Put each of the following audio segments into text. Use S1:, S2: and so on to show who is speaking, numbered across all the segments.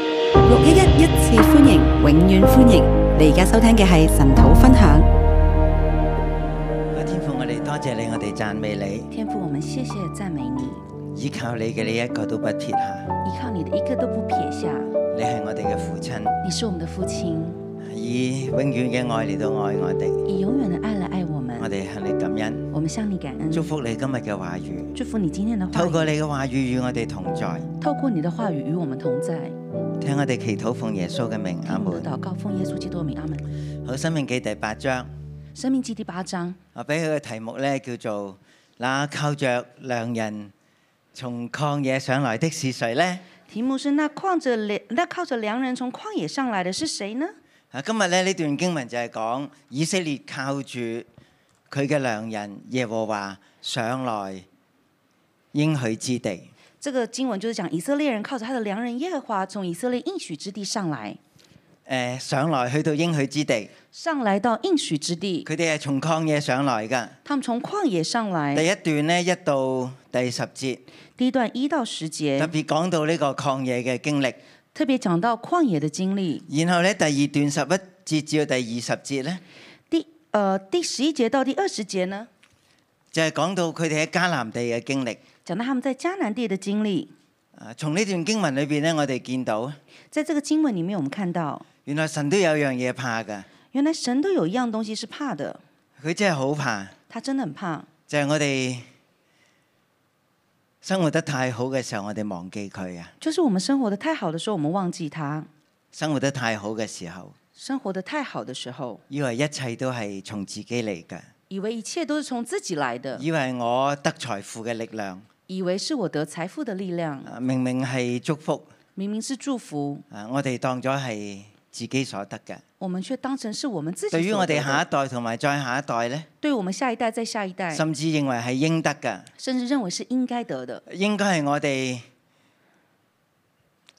S1: 一一一次歡迎，永遠歡迎！你而家收聽嘅係神土分享。
S2: 啊，天父，我哋多謝你，我哋讚美你，
S1: 天父，我們謝謝讚美你，
S2: 依靠你嘅你一個都不撇下，
S1: 依靠你的一個都不撇下。
S2: 你係我哋嘅父親，
S1: 你是我們的父親，
S2: 以永遠嘅愛嚟到愛我哋，
S1: 以永遠的愛來愛我
S2: 我
S1: 們。
S2: 哋向你感恩，
S1: 我們向你感恩，
S2: 祝福你今日嘅話語，
S1: 祝福你今天的話
S2: 透
S1: 語，
S2: 過你嘅話語與我哋同在，
S1: 透過你的話語與我們同在。
S2: 聽我哋祈禱奉耶穌嘅名，阿
S1: 聽我們
S2: 門。
S1: 的禱告，奉耶穌基督的名，阿門。
S2: 好，《生命記》第八章，
S1: 生命記第八章，
S2: 我俾佢嘅題目呢叫做那靠着良人從曠野上來的是誰呢？
S1: 題目是：那靠着良，那靠着良人從曠野上來的是誰呢？
S2: 啊，今日咧呢段經文就係講以色列靠住佢嘅良人耶和華上來應許之地。
S1: 這個經文就是講以色列人靠着他的良人耶和華從以色列應許之地上來，
S2: 誒、呃上來去到應許之地，
S1: 上來到應許之地。
S2: 佢哋係從曠野上來㗎。
S1: 他們從曠野上來。
S2: 第一段呢，一到第十節，
S1: 第一段一到十
S2: 特
S1: 節，
S2: 別講到呢個曠野嘅經歷。
S1: 特別講到曠野的經歷。
S2: 然後呢，第二段十一節至到第二十節呢，
S1: 第呃第十一節到第二十節呢，
S2: 就係、講到佢哋喺迦南地嘅經歷。
S1: 講到他們在迦南地的經歷。
S2: 啊，從呢段經文裏邊呢，我哋見到
S1: 在這個經文裡面，我們看到
S2: 原來神都有樣嘢怕㗎，
S1: 原來神都有一樣東西是怕的，
S2: 佢真係好怕。
S1: 他真的很怕。
S2: 就係我哋生活得太好嘅時候，我哋忘記佢啊！
S1: 就是我們生活的太好的時候，我們忘記他；
S2: 生活得太好嘅時候，
S1: 生活的太好的時候，
S2: 以為一切都係從自己嚟嘅，
S1: 以為一切都是從自己來的，
S2: 以為我得財富嘅力量，
S1: 以為是我得財富的力量，
S2: 啊明明係祝福
S1: 明明是祝福，
S2: 啊！我哋當咗係自己所得嘅。
S1: 我們卻當成是我們自己所
S2: 對
S1: 得的。
S2: 於我哋下一代同埋再下一代呢，
S1: 對我們下一代再下一代，
S2: 甚至認為係應得嘅，
S1: 甚至認為是應該得的，
S2: 應該係我哋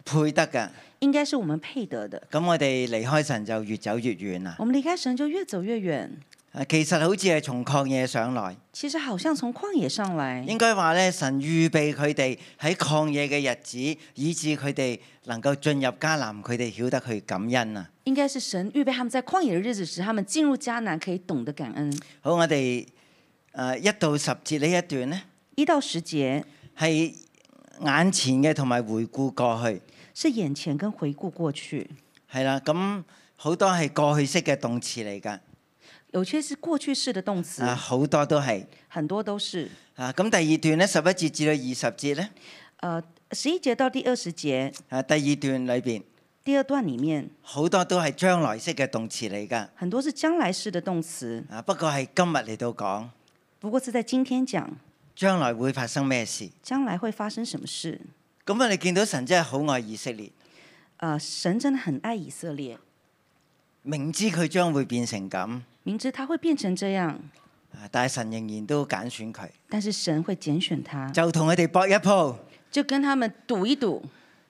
S2: 配得嘅。
S1: 應該是我們配得的。
S2: 咁我哋離開神就越走越遠啦。
S1: 我們離開神就越走越遠。
S2: 啊其實好似係從曠野上來。
S1: 其實好像從曠野上來，
S2: 應該話咧，神預備佢哋喺曠野嘅日子，以致佢哋能夠進入迦南，佢哋曉得去感恩啊！
S1: 應該是神預備他們在曠野的日子時，他們進入迦南可以懂得感恩。
S2: 好，我哋誒一到十節呢一段呢，
S1: 一到十節
S2: 係眼前嘅同埋回顧過去，
S1: 是眼前跟回顧過去，
S2: 係啦，咁好多係過去式嘅動詞嚟㗎，
S1: 有些是過去式的動
S2: 啊
S1: 詞，
S2: 好多都係
S1: 很多都是。
S2: 啊咁第二段呢，十一節至到二十節呢，
S1: 呃，十一節到第二十節，
S2: 啊第二段裏邊
S1: 第二段裡面
S2: 好多都係將來式嘅動詞嚟㗎，
S1: 很多是將來式的動詞，
S2: 啊不過係今日嚟到講，
S1: 不過是在今天講
S2: 將來會發生咩事？
S1: 將來會發生什麼事。
S2: 咁我哋見到神真係好愛以色列，
S1: 呃，神真的很愛以色列，
S2: 明知佢將會變成咁，
S1: 明知他會變成這樣，
S2: 啊但係神仍然都揀選佢，
S1: 但是神會揀選他，
S2: 就同佢哋搏一鋪，
S1: 就跟他們賭一賭。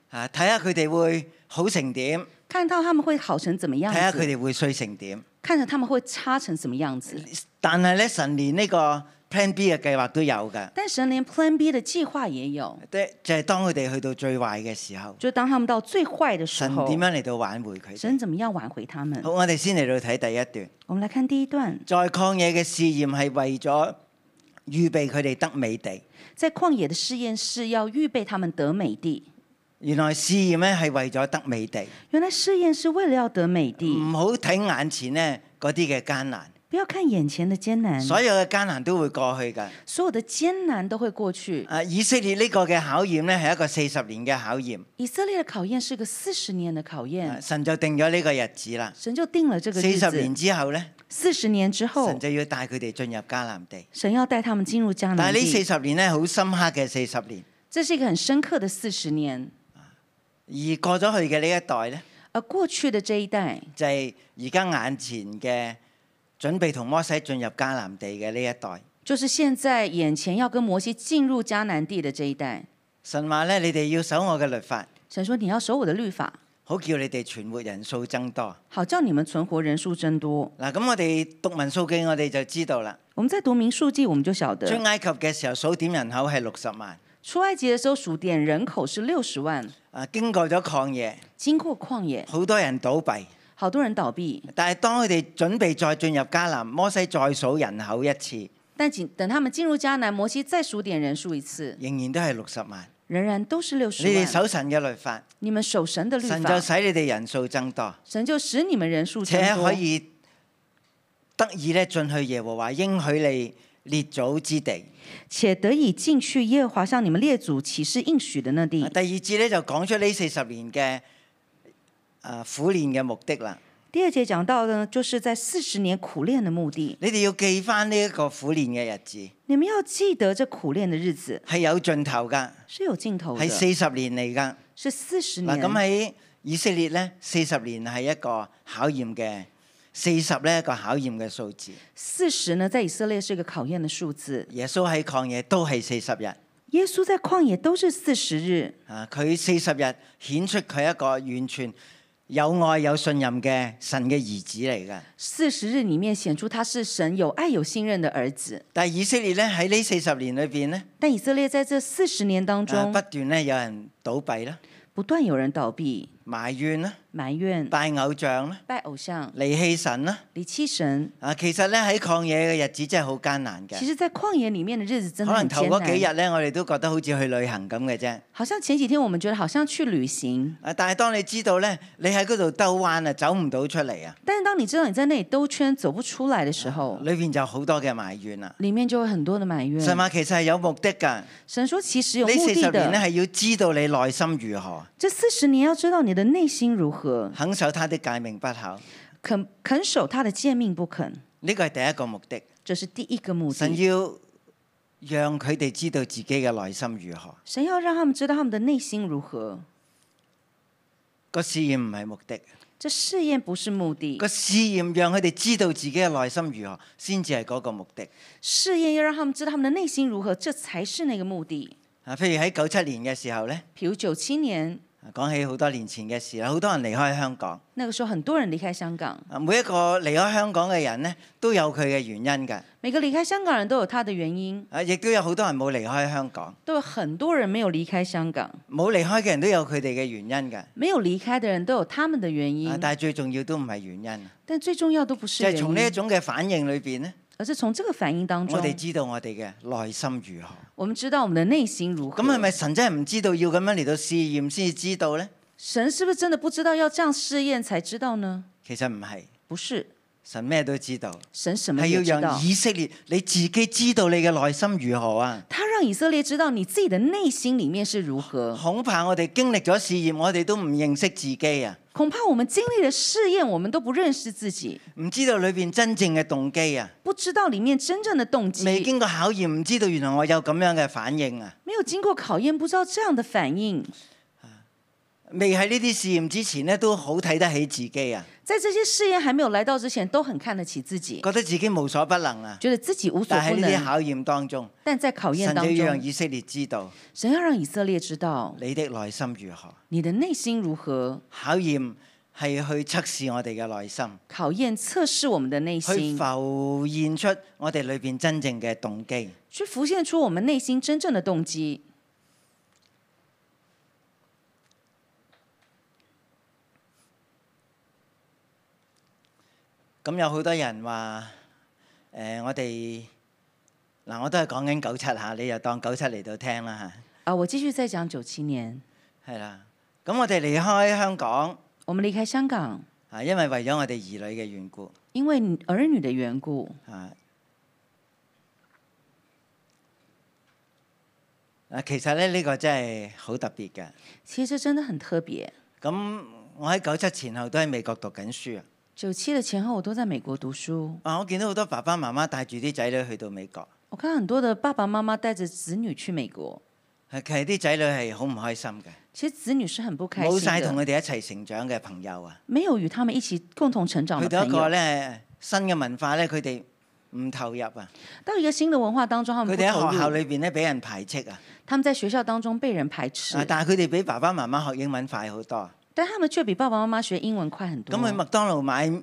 S2: 啊睇下佢哋會好成點，
S1: 看到他們會好成怎麼樣
S2: 睇
S1: 子，
S2: 下佢哋會衰成點。
S1: 看着他們會差成什麼樣子。
S2: 但係咧，神連呢個 Plan B 嘅計劃都有㗎，
S1: 但神連 Plan B 的計劃也有，
S2: 即就係當佢哋去到最壞嘅時候，
S1: 就當他們到最壞的時
S2: 神哦
S1: 候，
S2: 點樣嚟到挽回佢哋？
S1: 神怎麼樣挽回他們
S2: 好，？我哋先嚟到睇第一段，
S1: 我們來看第一段，
S2: 在曠野嘅試驗係為咗預備佢哋得美地。
S1: 在曠野的試驗是要預備他們得美地。
S2: 原來試驗咧係為咗得美地。
S1: 原來試驗是為了要得美地，
S2: 唔好睇眼前呢嗰啲嘅艱難，
S1: 不要看眼前的艱難，
S2: 所有嘅艱難都會過去㗎。
S1: 所有的艱難都會過去。
S2: 啊，以色列呢個嘅考驗呢，係一個四十年嘅考驗，
S1: 以色列的考驗是個四十年的考
S2: 啊
S1: 驗，
S2: 神就定咗呢個日子啦。
S1: 神就定了這嗯個
S2: 四
S1: 日
S2: 十年
S1: 子。
S2: 之後呢，
S1: 四十年之後
S2: 神，就要帶佢哋進入迦南地。
S1: 神要帶他們進入迦
S2: 但
S1: 南
S2: 係呢四
S1: 地。
S2: 十年呢，好深刻嘅四十年。
S1: 這是一個很深刻的四十年。
S2: 而過咗去嘅呢一代呢，
S1: 而過去的這一代，
S2: 就係而家眼前嘅準備同摩西進入迦南地嘅呢一代。
S1: 就是現在眼前要跟摩西進入迦南地的這一代，
S2: 神話呢，你哋要守我嘅律法，
S1: 神說：“你要守我的律法，
S2: 好叫你哋存活人數增多。
S1: 好叫你們存活人數增多。
S2: 嗱，咁我哋讀民數記，我哋就知道啦。”
S1: 我們在讀民數記，我們就曉
S2: 出
S1: 得
S2: 埃及嘅時候數點人口係六十萬，
S1: 出埃及的时候，数点人口是六十万，
S2: 啊，經過咗曠野，
S1: 经过旷野，
S2: 好多人倒閉。
S1: 好多人倒闭。
S2: 但係當佢哋準備再進入迦南，摩西再數人口一次，
S1: 但仅等他们进入迦南，摩西再数点人数一次，
S2: 仍然都係六十萬。
S1: 仍然都是六
S2: 你
S1: 十
S2: 哋
S1: 万。
S2: 守神嘅律法，
S1: 你们守神的律
S2: 神就
S1: 法，
S2: 使你哋人數增多，
S1: 神就使你们人数增
S2: 且
S1: 多
S2: 可，以得以咧進去耶和華應許你列祖之地。
S1: 且得以进去耶和华向你们列祖起誓应许的那地。
S2: 第二節咧就講出呢四十年嘅啊苦練嘅目的啦。
S1: 第二节讲到呢，就是在四十年苦练的目的。
S2: 你哋要記翻呢一個苦練嘅日子
S1: 你们要記得，这苦練的日子
S2: 係有盡頭㗎，
S1: 是啊有盡頭
S2: 係
S1: 的，
S2: 四十年嚟㗎。
S1: 是四十
S2: 嗱，
S1: 年。
S2: 咁喺以色列咧，四十年係一個考驗嘅，四十咧一個考驗嘅數字。
S1: 四十呢，在以色列是一个考驗的數字。
S2: 耶穌喺曠野都係四十日，
S1: 耶穌在旷野都是四十日，
S2: 啊，佢四十日顯出佢一個完全有愛有信任嘅神嘅兒子嚟㗎。
S1: 四十日里面顯出他是神有愛有信任的兒子。
S2: 但係以色列咧喺呢四十年裏邊咧，
S1: 但以色列在这四十年当
S2: 啊
S1: 中
S2: 不，斷咧有人倒閉啦、
S1: 不斷有人倒閉、
S2: 埋怨啦、
S1: 埋怨、
S2: 拜偶像啦、
S1: 拜偶像、
S2: 離棄神啦。
S1: 離棄神。
S2: 啊，其實咧喺曠野嘅日子真係好艱難
S1: 其
S2: 嘅。
S1: 實，在旷野里面的日子真
S2: 可
S1: 的很
S2: 能頭
S1: 艱
S2: 嗰幾
S1: 難。
S2: 日咧，我哋都覺得好似去旅行咁嘅啫。
S1: 好像前幾天我們覺得好像去旅行，
S2: 啊！但係當你知道咧，你喺嗰度兜彎啊，走唔到出嚟啊，
S1: 但是當你知道你在那裡兜圈走不出來的時候，
S2: 裏邊就好多嘅埋怨啦。
S1: 里面就有很多的埋怨。
S2: 神話其實係有目的㗎，呢
S1: 神说其嗯实有目
S2: 四
S1: 的
S2: 十年咧
S1: 的，
S2: 係要知道你內心如何，
S1: 这四十年要知道你的内心如何，
S2: 肯守他的誡命不口。
S1: 肯肯守他的诫命不肯，
S2: 呢個係第一個目的。
S1: 这是第一个目
S2: 神
S1: 的。
S2: 要讓佢哋知道自己嘅內心如何。
S1: 神要让他们知道他们的内心如何。
S2: 個試驗唔係目的，
S1: 这试验不是目的
S2: 個，試驗讓佢哋知道自己嘅內心如何，先至係嗰個目的。
S1: 试验要让他们知道他们的内心如何，这才是那个目的。
S2: 啊，譬如喺九七年嘅時候咧，
S1: 比如九七年
S2: 啊講起好多年前嘅事啦，好多人離開香港。
S1: 那个时候，很多人离开香港，
S2: 啊，每一個離開香港嘅人呢，都有佢嘅原因㗎。
S1: 每个离开香港人都有他的原因，
S2: 啊，亦都有好多人冇離開香港，
S1: 都有很多人没有离开香港，
S2: 冇離開嘅人都有佢哋嘅原因㗎。啊
S1: 没有离开的人都有他们的原因，
S2: 但係最重要都唔係原因，
S1: 但最重要都不嗯是
S2: 就
S1: 原
S2: 係從呢一
S1: 因，
S2: 種嘅反應裏邊呢，
S1: 而是从这个反应当
S2: 我
S1: 中，
S2: 哋知道我哋嘅內心如何。
S1: 我们知道我们的内心如何。
S2: 咁係咪神真係唔知道要咁樣嚟到試驗先至知道呢？
S1: 神是不是真的不知道要这样试验才知道呢？
S2: 其實唔係，
S1: 不是，
S2: 神咩都知道，
S1: 神什么
S2: 係
S1: 也知
S2: 要
S1: 道
S2: 讓。以色列你自己知道你嘅內心如何啊！
S1: 他让以色列知道你自己的内心里面是如何。
S2: 恐怕我哋經歷咗試驗，我哋都唔認識自己啊，
S1: 恐怕我们经历了试验，我们都不认识自己，
S2: 唔知道裏邊真正嘅動機啊！
S1: 不知道里面真正的动机。
S2: 未經過考驗，唔知道原來我有咁樣嘅反應啊！
S1: 没有经过考验，不知道这样的反应。
S2: 未喺呢啲試驗之前咧，都好睇得起自己啊，
S1: 在这些试验还没有来到之前，都很看得起自己，
S2: 覺得自己無所不能啊。
S1: 觉得自己无所
S2: 但
S1: 不
S2: 喺呢啲
S1: 能。
S2: 考驗當中，
S1: 但在考验
S2: 神
S1: 当
S2: 就要讓
S1: 中，
S2: 以色列知道
S1: 神要让以色列知道
S2: 你的內心如何。
S1: 你的内心如何。
S2: 考驗係去測試我哋嘅內心，
S1: 考验测试我们的内
S2: 去
S1: 心，
S2: 浮現出我哋裏邊真正嘅動機。
S1: 去浮现出我们内心真正的动机。
S2: 咁有好多人話：誒、我哋嗱，我都係講緊九七嚇，你就當九七嚟到聽啦嚇。
S1: 啊，我继续再讲九七年，
S2: 係啦，咁我哋離開香港
S1: 我们离开香港，
S2: 啊，因為為咗我哋兒女嘅緣故
S1: 因为儿女的缘故。
S2: 啊。啊，其實咧呢、呢個真係好特別嘅。
S1: 其实真的很特別。
S2: 咁我喺九七前後都喺美國讀緊書啊。
S1: 九七的前后，我都在美国讀書。
S2: 啊，我見到好多爸爸媽媽帶住啲仔女去到美國，
S1: 我看很多的爸爸媽媽帶着子女去美國，
S2: 係啊其實啲仔女係好唔開心嘅，
S1: 其實子女是很不開
S2: 冇
S1: 心
S2: 晒同
S1: 的，
S2: 佢哋一齊成長嘅朋友啊。
S1: 沒有與他們一起共同成長
S2: 去
S1: 的
S2: 到一
S1: 朋
S2: 個
S1: 友。
S2: 咧新嘅文化咧，佢哋唔投入啊，
S1: 到一個新的文化當中，他
S2: 佢
S1: 們不
S2: 哋喺學校
S1: 投入，
S2: 裏邊咧俾人排斥啊。
S1: 他們在學校當中被人排斥
S2: 啊！，但係佢哋比爸爸媽媽學英文快好多。
S1: 但他們卻比爸爸媽媽學英文快很多
S2: 咁。去麥當勞買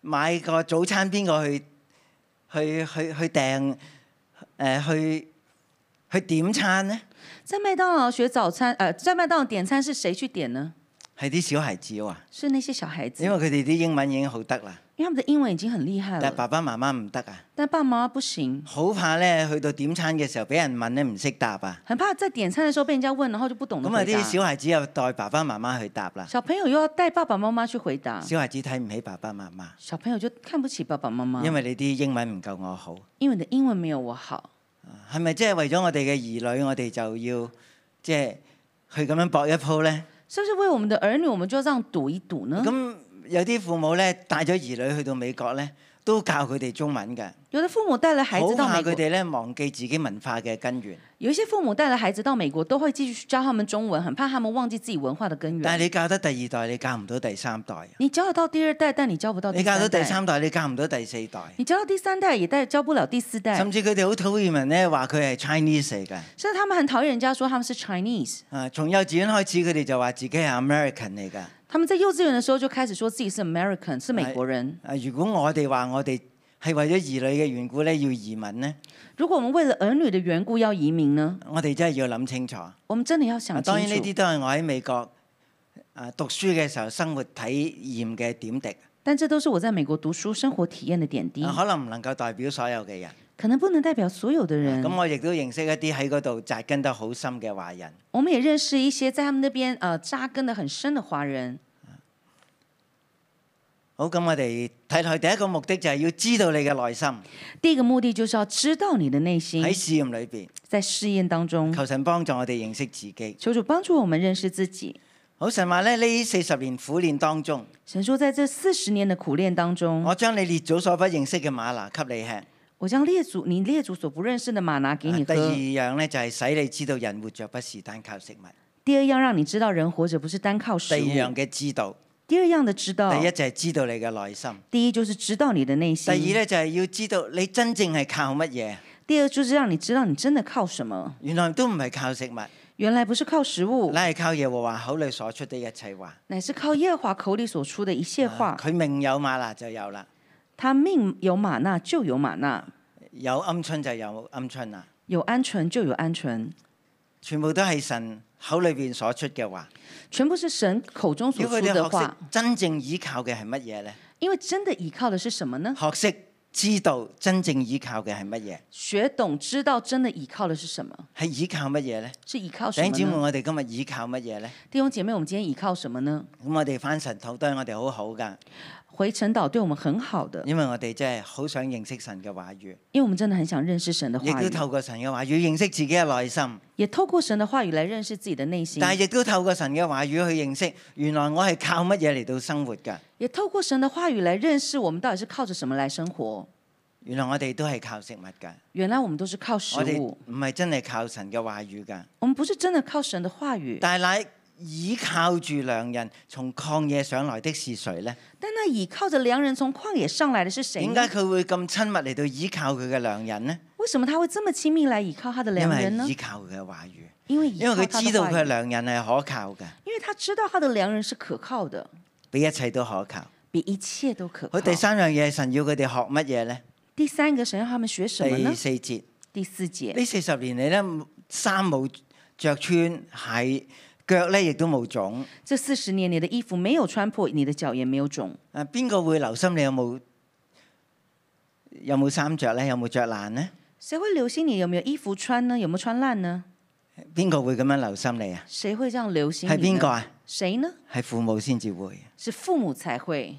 S2: 買個早餐，邊個去去去去訂誒、呃去去佢點餐呢？
S1: 在麦当劳学早餐，呃，在麦当劳点餐是谁去点呢？
S2: 係啲小孩子喎，
S1: 是嗯那些小孩子，
S2: 因
S1: 因
S2: 為
S1: 为
S2: 佢哋啲英文已經好得啦，
S1: 他们的英文已经很厉害
S2: 但係
S1: 了，
S2: 爸爸媽媽唔得啊，
S1: 但爸妈不行，
S2: 好怕呢，去到點餐嘅時候俾人問呢唔識答啊。
S1: 很怕在点餐的时候被人家问，然后就不懂得
S2: 咁啊，
S1: 回嗯答。
S2: 啲小孩子又代爸爸媽媽去答啦。
S1: 小朋友又要带爸爸妈妈去回答，
S2: 小孩子睇唔起爸爸媽媽，
S1: 小朋友就看不起爸爸妈妈，
S2: 因
S1: 因為
S2: 為你啲英文唔夠我好。
S1: 你的英文没有我好，
S2: 係咪即係為咗我哋嘅兒女，我哋就要即係去咁樣搏一鋪呢？
S1: 是不是为我们的儿女，我们就要这样赌一赌呢？
S2: 咁有啲父母呢，帶咗兒女去到美國呢，都教佢哋中文嘅，
S1: 有的父母带了孩
S2: 好
S1: 子到
S2: 怕
S1: 美
S2: 佢
S1: 国，
S2: 哋呢忘記自己文化嘅根源。
S1: 有一些父母带了孩子到美国，都会继续教他们中文，很怕他们忘记自己文化的根
S2: 但係
S1: 源。
S2: 你教得第二代，你教唔到第三代；啊
S1: 你教得到第二代，但你教不到第
S2: 你教
S1: 三
S2: 到
S1: 代。
S2: 第三代，你教唔到第四代。
S1: 你教到第三代也带教不了第四代，
S2: 甚至佢哋好討厭人呢話佢係 Chinese 嚟嘅。
S1: 甚至他们很討厭人家說他們是 Chinese。
S2: 啊，從幼稚園開始，佢哋就話自己係 American 嚟㗎。
S1: 他们在幼稚園的時候就開始說自
S2: 哎
S1: 己是 American，是美國人。
S2: 啊，如果我哋話我哋係為咗兒女嘅緣故咧，要移民呢，
S1: 如果我們為了兒女的緣故要移民呢，
S2: 我哋真係要諗清楚。啊
S1: 我們真的要想清
S2: 當然呢
S1: 楚。
S2: 啲都係我喺美國啊讀書嘅時候生活體驗嘅點滴，
S1: 但這都是我在美國讀書生活體驗的點滴
S2: 啊，可能唔能夠代表所有嘅人。
S1: 可能不能代表所有的人
S2: 咁。我亦都認識一啲喺嗰度扎根得好深嘅華人。
S1: 我們也認識一些在他們那邊呃扎根的很深的華人。
S2: 好，咁我哋睇落去第一個目的就係要知道你嘅內心
S1: 第一個目的就是要知道你的內心
S2: 喺，試驗裏邊，
S1: 在試驗當中，
S2: 求神幫助我哋認識自己。
S1: 求主幫助我們認識自己。
S2: 好，神話咧呢四十年苦練當中，
S1: 神說，在這四十年的苦練當中，
S2: 我將你列祖所不認識嘅馬拿給你吃。
S1: 我將列祖你列祖所不認識的馬拿給你
S2: 啊第
S1: 喝。
S2: 二樣咧就係使你知道人活着不是單靠食物。
S1: 第二樣讓你知道人活着不是哦單靠
S2: 第
S1: 食
S2: 二
S1: 物。
S2: 樣嘅知道，
S1: 第二樣的知道，
S2: 第一就係知道你嘅內心。
S1: 第一就是知道你的內
S2: 第
S1: 心。
S2: 二咧就係要知道你真正係靠乜嘢，
S1: 第二就是讓你知道你真的靠什麼，
S2: 原來都唔係靠食物，
S1: 原來不是靠食物，
S2: 乃係靠耶和華口裏所出的一切話。
S1: 乃是靠耶和華口裡所出的一切話。
S2: 佢命有馬拿就有啦，
S1: 他命有馬納就有馬納，
S2: 有鵪鶉就有鵪鶉啦，
S1: 有鹌鹑就有鹌鹑，
S2: 全部都係神口裏邊所出嘅話。
S1: 全部是神口中所
S2: 如果
S1: 出
S2: 佢哋
S1: 的
S2: 學識
S1: 話。
S2: 真正依靠嘅係乜嘢呢？
S1: 因為真的依靠的是什麼呢？
S2: 學識知道真正依靠嘅係乜嘢，
S1: 學懂知道真的依靠的是什麼，
S2: 係依靠乜嘢呢？
S1: 是依靠什
S2: 弟兄
S1: 麼
S2: 姊妹，
S1: 呢？
S2: 我哋今日依靠乜嘢呢？
S1: 弟兄姐妹，我們今天依靠什麼呢？
S2: 咁我哋翻神土對我哋好好噶，
S1: 回程島對我們很好的，
S2: 因為我哋真係好想認識神嘅話語，
S1: 因為我們真的很想認識神的
S2: 亦
S1: 話
S2: 都
S1: 語，
S2: 透過神嘅話語認識自己嘅內心，
S1: 也透過神的話語來認識自己的內心，
S2: 但係亦都透過神嘅話語去認識原來我係靠乜嘢嚟到生活㗎？
S1: 也透過神的話語來認識我們到底是靠着什麼來生活。
S2: 原來我哋都係靠食物㗎，
S1: 原來我們都是靠食
S2: 我哋
S1: 物，
S2: 唔係真係靠神嘅話語㗎，
S1: 我們不是真的靠神的話語，
S2: 但係乃倚靠住良人從曠野上來的是誰呢？
S1: 但那倚靠着良人從曠野上來的是誰
S2: 點
S1: 呢
S2: 解？佢會咁親密嚟到倚靠佢嘅良人呢？
S1: 為什麼他會這麼親密來倚靠他的
S2: 因
S1: 良人呢
S2: 為？倚靠佢嘅話語，
S1: 因為倚
S2: 因
S1: 靠
S2: 為
S1: 他
S2: 佢
S1: 的
S2: 知道
S1: 話
S2: 佢嘅
S1: 語，
S2: 良人係可靠嘅，
S1: 因為他知道他的良人是可靠的，
S2: 比一切都可靠。
S1: 比一切都可靠
S2: 好，。第三樣嘢，神要佢哋學乜嘢呢？
S1: 第三個神要他們學什麼呢
S2: 第？四節，
S1: 第四節，
S2: 呢四十年嚟呢，衫冇着穿，鞋腳呢亦都冇腫。
S1: 這四十年你的衣服沒有穿破，你的腳也沒有腫。
S2: 啊，邊個會留心你有冇有冇衫着呢？有冇着爛呢？
S1: 誰會留心你有沒有衣服穿呢？有沒有穿爛呢？
S2: 邊個會咁樣留心你啊？
S1: 誰會這樣留心你
S2: 係
S1: 呢？
S2: 邊個啊？
S1: 誰呢？
S2: 係父母先至會。
S1: 是父母才會。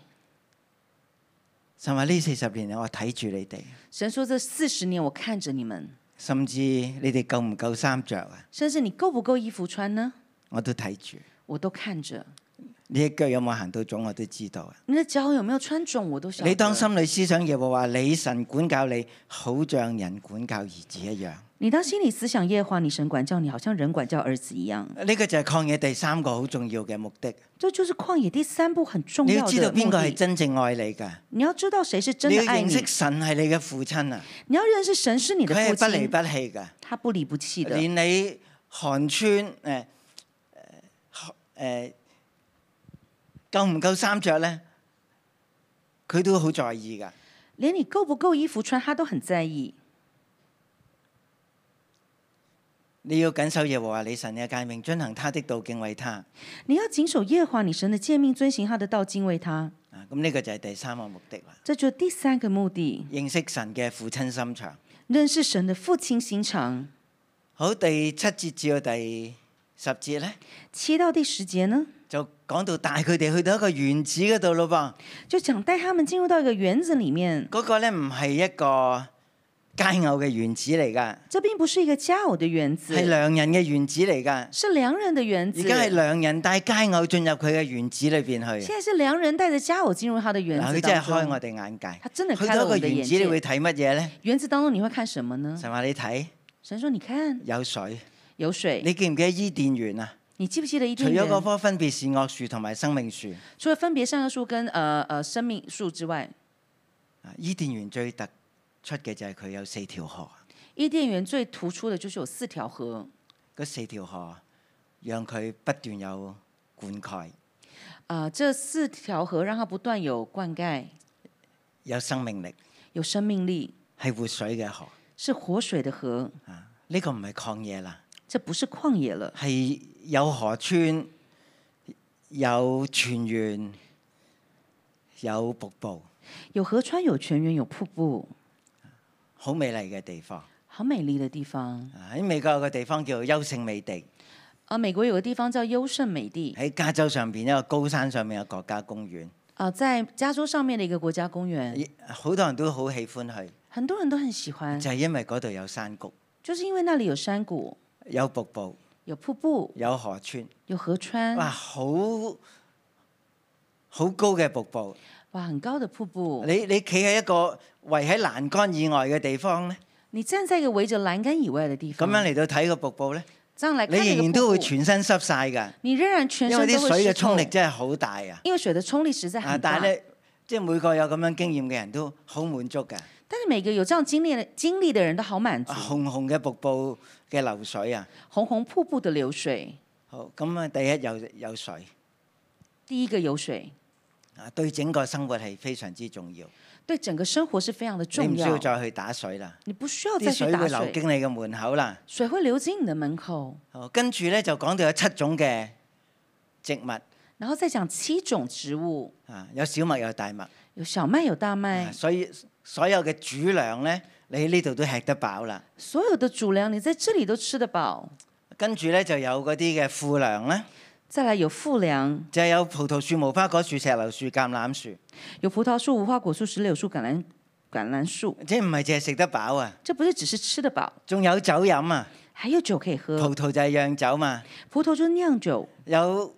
S2: 神話呢四十年嚟，我睇住你哋，
S1: 神說：“這四十年我看着你們，
S2: 甚至你哋夠唔夠衫着啊，
S1: 甚至你夠不夠衣服穿呢，
S2: 我都睇住。
S1: 我都看着。
S2: 你只腳有冇行到腫，我都知道啊。
S1: 你的腳有沒有穿腫，我都曉得。
S2: 你當心裏思想耶和華，你神管教你，好像人管教兒子一樣。
S1: 你當心裡思想耶和華，你神管教你，好像人管教兒子一樣。
S2: 呢、個就係曠野第三個好重要嘅目的。
S1: 這就是曠野第三步很重
S2: 你
S1: 要
S2: 要知道
S1: 的
S2: 邊
S1: 目
S2: 個係
S1: 的。
S2: 真正愛你㗎，
S1: 你要知道誰是真
S2: 你
S1: 的
S2: 要
S1: 愛
S2: 認
S1: 你
S2: 識，神係你嘅父親啊，
S1: 你要認識神是你的
S2: 佢
S1: 父
S2: 係不
S1: 親，
S2: 離不棄㗎，
S1: 他不離不棄的。
S2: 連你寒呃穿诶诶夠呃唔夠衫着咧，佢都好在意㗎。
S1: 連你夠不夠衣服穿，他都很在意。
S2: 你要緊守耶和華你神嘅誡命，遵行他的道，敬畏他。
S1: 你要谨守耶和华你神的诫命，遵行他的道，敬畏他。
S2: 啊，咁呢個就係第三個目的啦。
S1: 这就是第三个目的，
S2: 認識神嘅父親心腸。
S1: 认识神的父亲心肠。
S2: 好，第七節至到第十節呢，
S1: 七到第十节呢，
S2: 就講到帶佢哋去到一個園子嗰度咯噃。
S1: 就讲带他们进入到一个园子里面，
S2: 嗰、個呢唔係一個佳偶嘅園子嚟㗎，
S1: 这并不是一个佳偶的园子，
S2: 係良人嘅園子嚟㗎。
S1: 是良人的园
S2: 而
S1: 子。
S2: 家係良人帶佳偶進入佢嘅園子裏邊去
S1: 现。在是良人带着佳偶进入他的园
S2: 嗱，
S1: 子
S2: 佢真係
S1: 当中。
S2: 開我哋眼界。
S1: 他真的
S2: 去
S1: 开了
S2: 到一
S1: 我
S2: 個
S1: 们的
S2: 園
S1: 眼
S2: 子，你
S1: 界。
S2: 會睇乜嘢呢？
S1: 园子当中你会看什么呢？
S2: 神話你睇
S1: 神说：“你看
S2: 有水，
S1: 有水，
S2: 你記唔記得伊甸園啊？
S1: 你记不记得伊
S2: 除
S1: 甸
S2: 咗嗰
S1: 园？
S2: 棵分別善惡樹同埋生命樹，
S1: 除了分别善恶树跟呃呃生命树之外，
S2: 啊伊甸園最突出嘅就係佢有四條河，
S1: 伊甸园最突出的就是有四条河，
S2: 嗰四條河讓佢不斷有灌溉，
S1: 啊，这四条河让它不断有灌溉，
S2: 有生命力，
S1: 有生命力，
S2: 係活水嘅河。
S1: 是活水的河，
S2: 啊，呢、個唔係曠野啦，
S1: 这不是旷野了，
S2: 係有河川、有泉源、有瀑布，
S1: 有河川，有泉源，有瀑布，
S2: 好美麗嘅地方。
S1: 好美丽的地方。
S2: 啊喺美國有個地方叫優勝美地，
S1: 啊，美国有个地方叫优胜美地，
S2: 喺加州上邊一個高山上面嘅國家公園，
S1: 啊，在加州上面的一个国家公园，
S2: 咦好多人都好喜歡去，
S1: 很多人都很喜欢，
S2: 就係、因為嗰度有山谷、
S1: 就是因为那里有山谷、
S2: 有瀑布、
S1: 有瀑布、
S2: 有河川，
S1: 有河川，
S2: 哇！好好高嘅瀑布，
S1: 哇，很高的瀑布。
S2: 你你企喺一個圍喺欄杆以外嘅地方咧，
S1: 你站在一个围着栏杆以外的地
S2: 咁
S1: 方，
S2: 樣嚟到睇個瀑布咧，
S1: 这样来
S2: 你
S1: 看那
S2: 仍
S1: 个
S2: 然都
S1: 瀑
S2: 會
S1: 布，
S2: 全身濕晒㗎，
S1: 你仍然全
S2: 因
S1: 身
S2: 為
S1: 都
S2: 啲
S1: 会
S2: 水嘅
S1: 湿
S2: 衝
S1: 透
S2: 力真係好大啊！
S1: 因为水的冲力实在
S2: 啊，
S1: 很
S2: 但
S1: 大。
S2: 係咧，即係每個有咁樣經驗嘅人都好滿足㗎。
S1: 但是每个有这样经历的经历的人都好满足。
S2: 紅紅嘅瀑布嘅流水啊！
S1: 红红瀑布的流水，
S2: 好，咁啊，第一有有水
S1: 第一个有水，
S2: 啊，對整個生活係非常之重要。
S1: 对整个生活是非常的
S2: 你
S1: 重
S2: 唔需要
S1: 要。
S2: 再去打水啦，
S1: 你不需要再
S2: 啲
S1: 去
S2: 水
S1: 打
S2: 會流
S1: 水，
S2: 經你嘅門口啦。
S1: 水会流经你的门口。
S2: 好，跟住咧就講到有七種嘅植物
S1: 然后再讲七种植物，
S2: 啊，有小麥有大麥，
S1: 有小麦，有大
S2: 啊
S1: 麦，
S2: 所以所有嘅主糧咧，你喺呢度都吃得飽啦。
S1: 所有的主粮你在这里都吃得饱。
S2: 跟住咧就有嗰啲嘅副糧咧，
S1: 再来有富粮，
S2: 就係有葡萄樹、無花果樹、石榴樹、橄欖樹，
S1: 有葡萄树、无花果树、石榴树、橄欖橄榄树，
S2: 即係唔係淨係食得飽啊？
S1: 这不是只是吃得饱，
S2: 仲有酒飲啊！
S1: 还有酒可以喝。
S2: 葡萄就係釀酒嘛，
S1: 葡萄就是酿酒，
S2: 有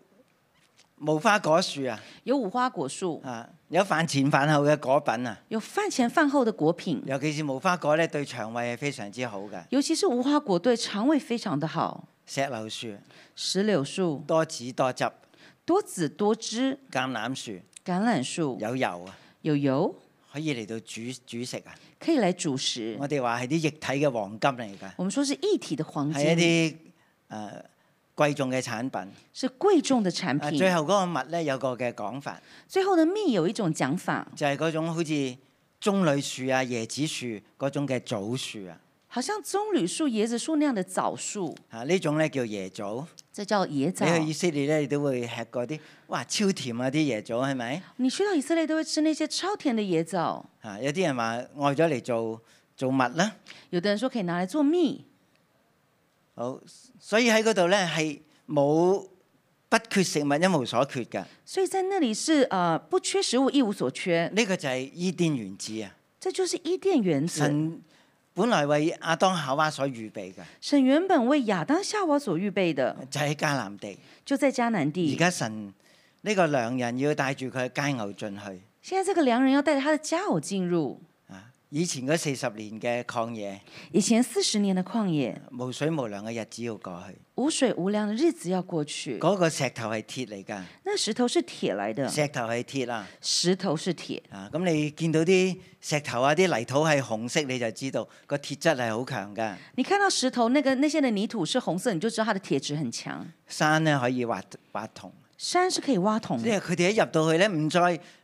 S2: 無花果樹啊，
S1: 有无花果树，
S2: 啊有飯前飯後嘅果品啊，
S1: 有饭前饭后的果品，
S2: 尤其是無花果咧，對腸胃係非常之好嘅。
S1: 尤其是无花果对肠胃非常的好。
S2: 石榴樹
S1: 石榴树
S2: 多籽多汁，
S1: 多籽多汁，
S2: 橄欖樹
S1: 橄榄树
S2: 有油啊，
S1: 有油，
S2: 可以嚟到煮煮食啊。
S1: 可以来主食。
S2: 我哋話係啲液體嘅黃金嚟㗎，
S1: 我们说是一体的黄
S2: 係一
S1: 金，
S2: 啲誒、呃、貴重嘅產品。
S1: 是贵重的产
S2: 啊
S1: 品。
S2: 最後嗰個蜜咧有個嘅講法，
S1: 最后的蜜有一种讲法，
S2: 就係、嗰種好似棕櫚樹啊、椰子樹嗰種嘅棗樹啊，
S1: 好像棕榈树、椰子樹那样的枣树，
S2: 啊呢種咧叫椰棗。
S1: 这叫椰枣。
S2: 你去以色列咧，你都會吃嗰啲，哇，超甜啊啲椰棗係咪？
S1: 你去到以色列都会吃那些超甜的椰枣，
S2: 啊，有啲人話愛咗嚟做做蜜啦，
S1: 有的人说可以拿来做蜜，
S2: 好，所以喺嗰度咧係冇不缺食物一無所缺嘅。
S1: 所以在那里是呃不缺食物一无所缺，
S2: 呢、個就係伊甸園子啊，
S1: 这就是伊甸园子。
S2: 神本來為亞當夏娃所預備嘅，
S1: 神原本为亚当夏娃所預備的，
S2: 就喺迦南地。
S1: 就在迦南
S2: 而
S1: 地。
S2: 家神呢、個良人要帶住佢嘅佳偶進去
S1: 现在这个良人要带着他的佳偶进入
S2: 啊！以前嗰四十年嘅曠野，
S1: 以前四十年的旷野，
S2: 無水無糧嘅日子要過去。
S1: 无水無糧的日子要过去。
S2: 嗰、個石頭係鐵嚟㗎，
S1: 那石头是铁来的，
S2: 石頭係鐵啊！
S1: 石头是铁。
S2: 啊，咁你見到啲石頭啊、啲泥土係紅色，你就知道個鐵質係好強㗎。
S1: 你看到石头那个那些的泥土是红色，你就知道它的铁质很强。
S2: 山咧可以挖挖銅，
S1: 山是可以挖铜
S2: 即
S1: 的。
S2: 係佢哋一入到去咧，唔再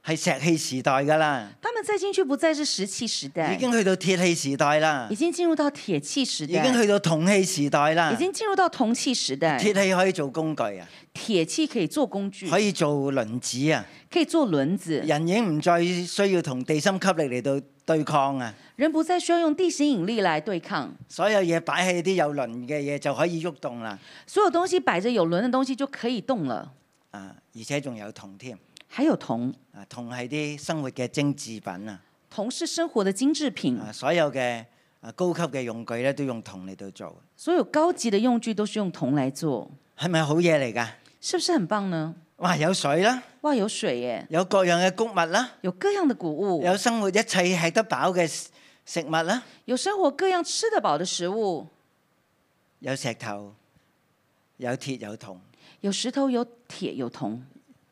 S2: 係石器時代㗎啦，
S1: 他们再进去不再是石器时代
S2: 已，經去到鐵器時代啦
S1: 已，經进入到铁器时
S2: 已
S1: 代，
S2: 經去到銅器時代啦
S1: 已。经进入到铜器时代。
S2: 鐵器可以做工具啊，
S1: 铁器可以做工具，
S2: 可以做輪子啊，
S1: 可以做轮子。
S2: 人已經唔再需要同地心吸力嚟到對抗啊。
S1: 人不再需要用地心引力来对抗，
S2: 所有嘢擺喺啲有輪嘅嘢就可以喐動啦，
S1: 所有东西摆着有轮的东西就可以动了。
S2: 啊，而且仲有銅添，
S1: 还有铜，
S2: 啊，銅係啲生活嘅精緻品啊，
S1: 铜是生活的精制品，
S2: 啊，所有嘅啊高級嘅用具咧都用銅嚟到做，
S1: 所有高级的用具都是用铜来做，
S2: 係咪好嘢嚟㗎？
S1: 是不是很棒呢？
S2: 哇，有水啦，
S1: 哇，有水耶，
S2: 有各樣嘅谷物啦，
S1: 有各样的谷物，
S2: 有生活一切吃得飽嘅食食物啦，
S1: 有生活各样吃得饱的食物，
S2: 有石頭，有鐵，有銅，
S1: 有石头，有铁，有铜，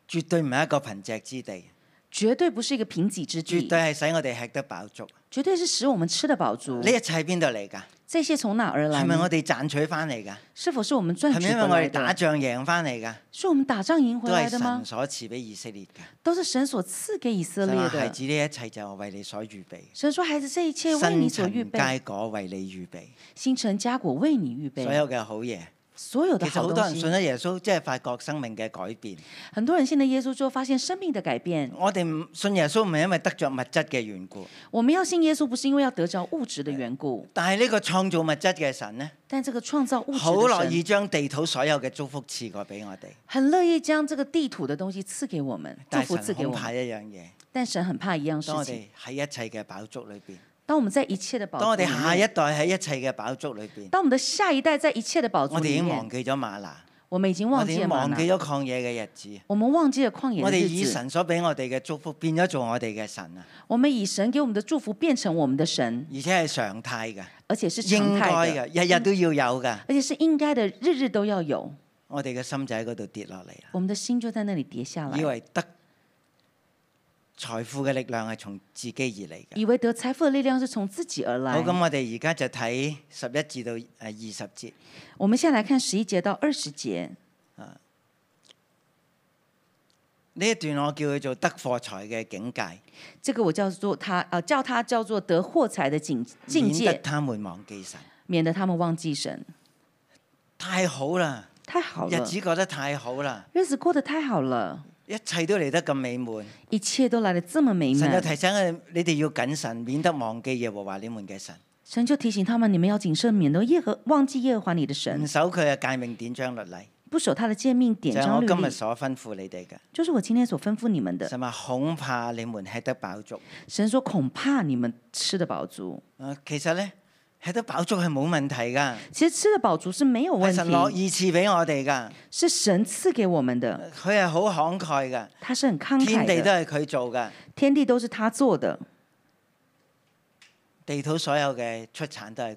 S2: 絕對唔係一個貧瘠之地，
S1: 绝对不是一个贫瘠之
S2: 絕
S1: 地
S2: 對，係使我哋吃得飽足。呢
S1: 绝对是使我们吃得饱足。
S2: 一切係邊度嚟㗎？
S1: 这些从哪而来
S2: 係咪
S1: 呢？
S2: 我哋賺取翻嚟㗎？
S1: 是否是我们赚
S2: 係
S1: 取
S2: 咪因為
S1: 回
S2: 我
S1: 来
S2: 哋打
S1: 的？
S2: 仗贏翻嚟㗎？
S1: 是我们打仗赢回
S2: 都
S1: 来
S2: 係
S1: 的吗
S2: 神？所賜俾以色列㗎。
S1: 都是神所赐给以色列
S2: 神話啊孩
S1: 的。
S2: 子呢一切就係為你所預備，
S1: 神说：“孩子，这一切为你
S2: 新
S1: 所预
S2: 陳
S1: 备，
S2: 佳果為你預備，
S1: 新城家果为你预
S2: 所
S1: 备。
S2: 有嘅好嘢。”
S1: 所有
S2: 其
S1: 的
S2: 實
S1: 好
S2: 好多
S1: 东
S2: 人信
S1: 西，
S2: 咗耶穌，即係發覺生命嘅改變。
S1: 很多人信了耶稣之后，发现生命的改变。
S2: 我哋唔信耶穌唔係因為得着物質嘅緣故，
S1: 我们要信耶稣，不是因为要得着物质的缘故，
S2: 但係呢個創造物質嘅神呢，
S1: 但这个创造物质
S2: 好樂
S1: 的
S2: 意
S1: 神
S2: 將地土所有嘅祝福賜過俾我哋。
S1: 很乐意将这个地土的东西赐给我们，祝
S2: 但
S1: 福
S2: 係
S1: 赐
S2: 神
S1: 给
S2: 恐
S1: 我
S2: 怕
S1: 们。
S2: 一樣嘢，
S1: 但神很怕一样事
S2: 當我
S1: 情，
S2: 哋喺一切嘅飽足裏邊，
S1: 当我们在一切的宝
S2: 當我
S1: 足
S2: 哋
S1: 里
S2: 下一
S1: 面，
S2: 代喺一切嘅飽足裏邊，
S1: 当我们的下一代在一切的宝足
S2: 我哋已
S1: 里
S2: 經
S1: 面
S2: 忘，記咗馬拿，
S1: 我们已经
S2: 我
S1: 忘
S2: 哋已
S1: 记
S2: 經
S1: 了
S2: 忘
S1: 吗
S2: 記咗曠野嘅日子。
S1: 我们忘记了旷野
S2: 我
S1: 的
S2: 哋
S1: 日
S2: 以
S1: 子。
S2: 神所俾我哋嘅祝福變咗做我哋嘅神啊，
S1: 我们以神给我们的祝福变成我们的神，
S2: 而且係常態嘅，
S1: 而且是常
S2: 應該
S1: 态的，
S2: 嘅，日日都要有嘅。
S1: 而且是应该的，日日都要有。
S2: 我哋嘅心就喺嗰度跌落嚟啦。
S1: 我们的心就在那里跌下来，
S2: 以為得財富嘅力量係從自己而嚟嘅。
S1: 以為得财富的力量是从自己而
S2: 好，
S1: 来。
S2: 咁我哋而家就睇十一至到誒二十節。
S1: 我们先来看十一节到二十节，
S2: 呢一段我叫佢做得貨財嘅境界，
S1: 这个我叫做他呃，叫他叫做得货财的境境
S2: 免得
S1: 界，
S2: 他們忘記神。
S1: 免得他们忘记神。
S2: 太好啦，
S1: 太好
S2: 日
S1: 了，
S2: 子過得太好啦，
S1: 日子过得太好了，
S2: 一切都嚟得咁美滿。
S1: 一切都来得这么美
S2: 神就
S1: 满。
S2: 提醒佢：你哋要謹慎，免得忘記耶和華你們嘅神，
S1: 神就提醒他们，你们要谨慎，免得耶和忘记耶和华你的
S2: 唔
S1: 神，
S2: 守佢嘅誡命典章律例，
S1: 不守他的诫命、典
S2: 就啊係我
S1: 章律
S2: 今日
S1: 例，
S2: 所吩咐你哋嘅。
S1: 就是我今天所吩咐你们的。
S2: 神話恐怕你們吃得飽足。
S1: 神说：“恐怕你们吃得饱足，
S2: 啊，其實咧吃得飽足係冇問題㗎。
S1: 其实吃得饱足是没有
S2: 係
S1: 问
S2: 神樂
S1: 题，
S2: 意賜俾我哋噶，
S1: 是神赐给我们的，
S2: 佢係好慷慨噶，
S1: 他是很慷
S2: 天
S1: 慨
S2: 地都
S1: 的，
S2: 係佢做噶，
S1: 天地都是他做的，
S2: 地土所有嘅出產都係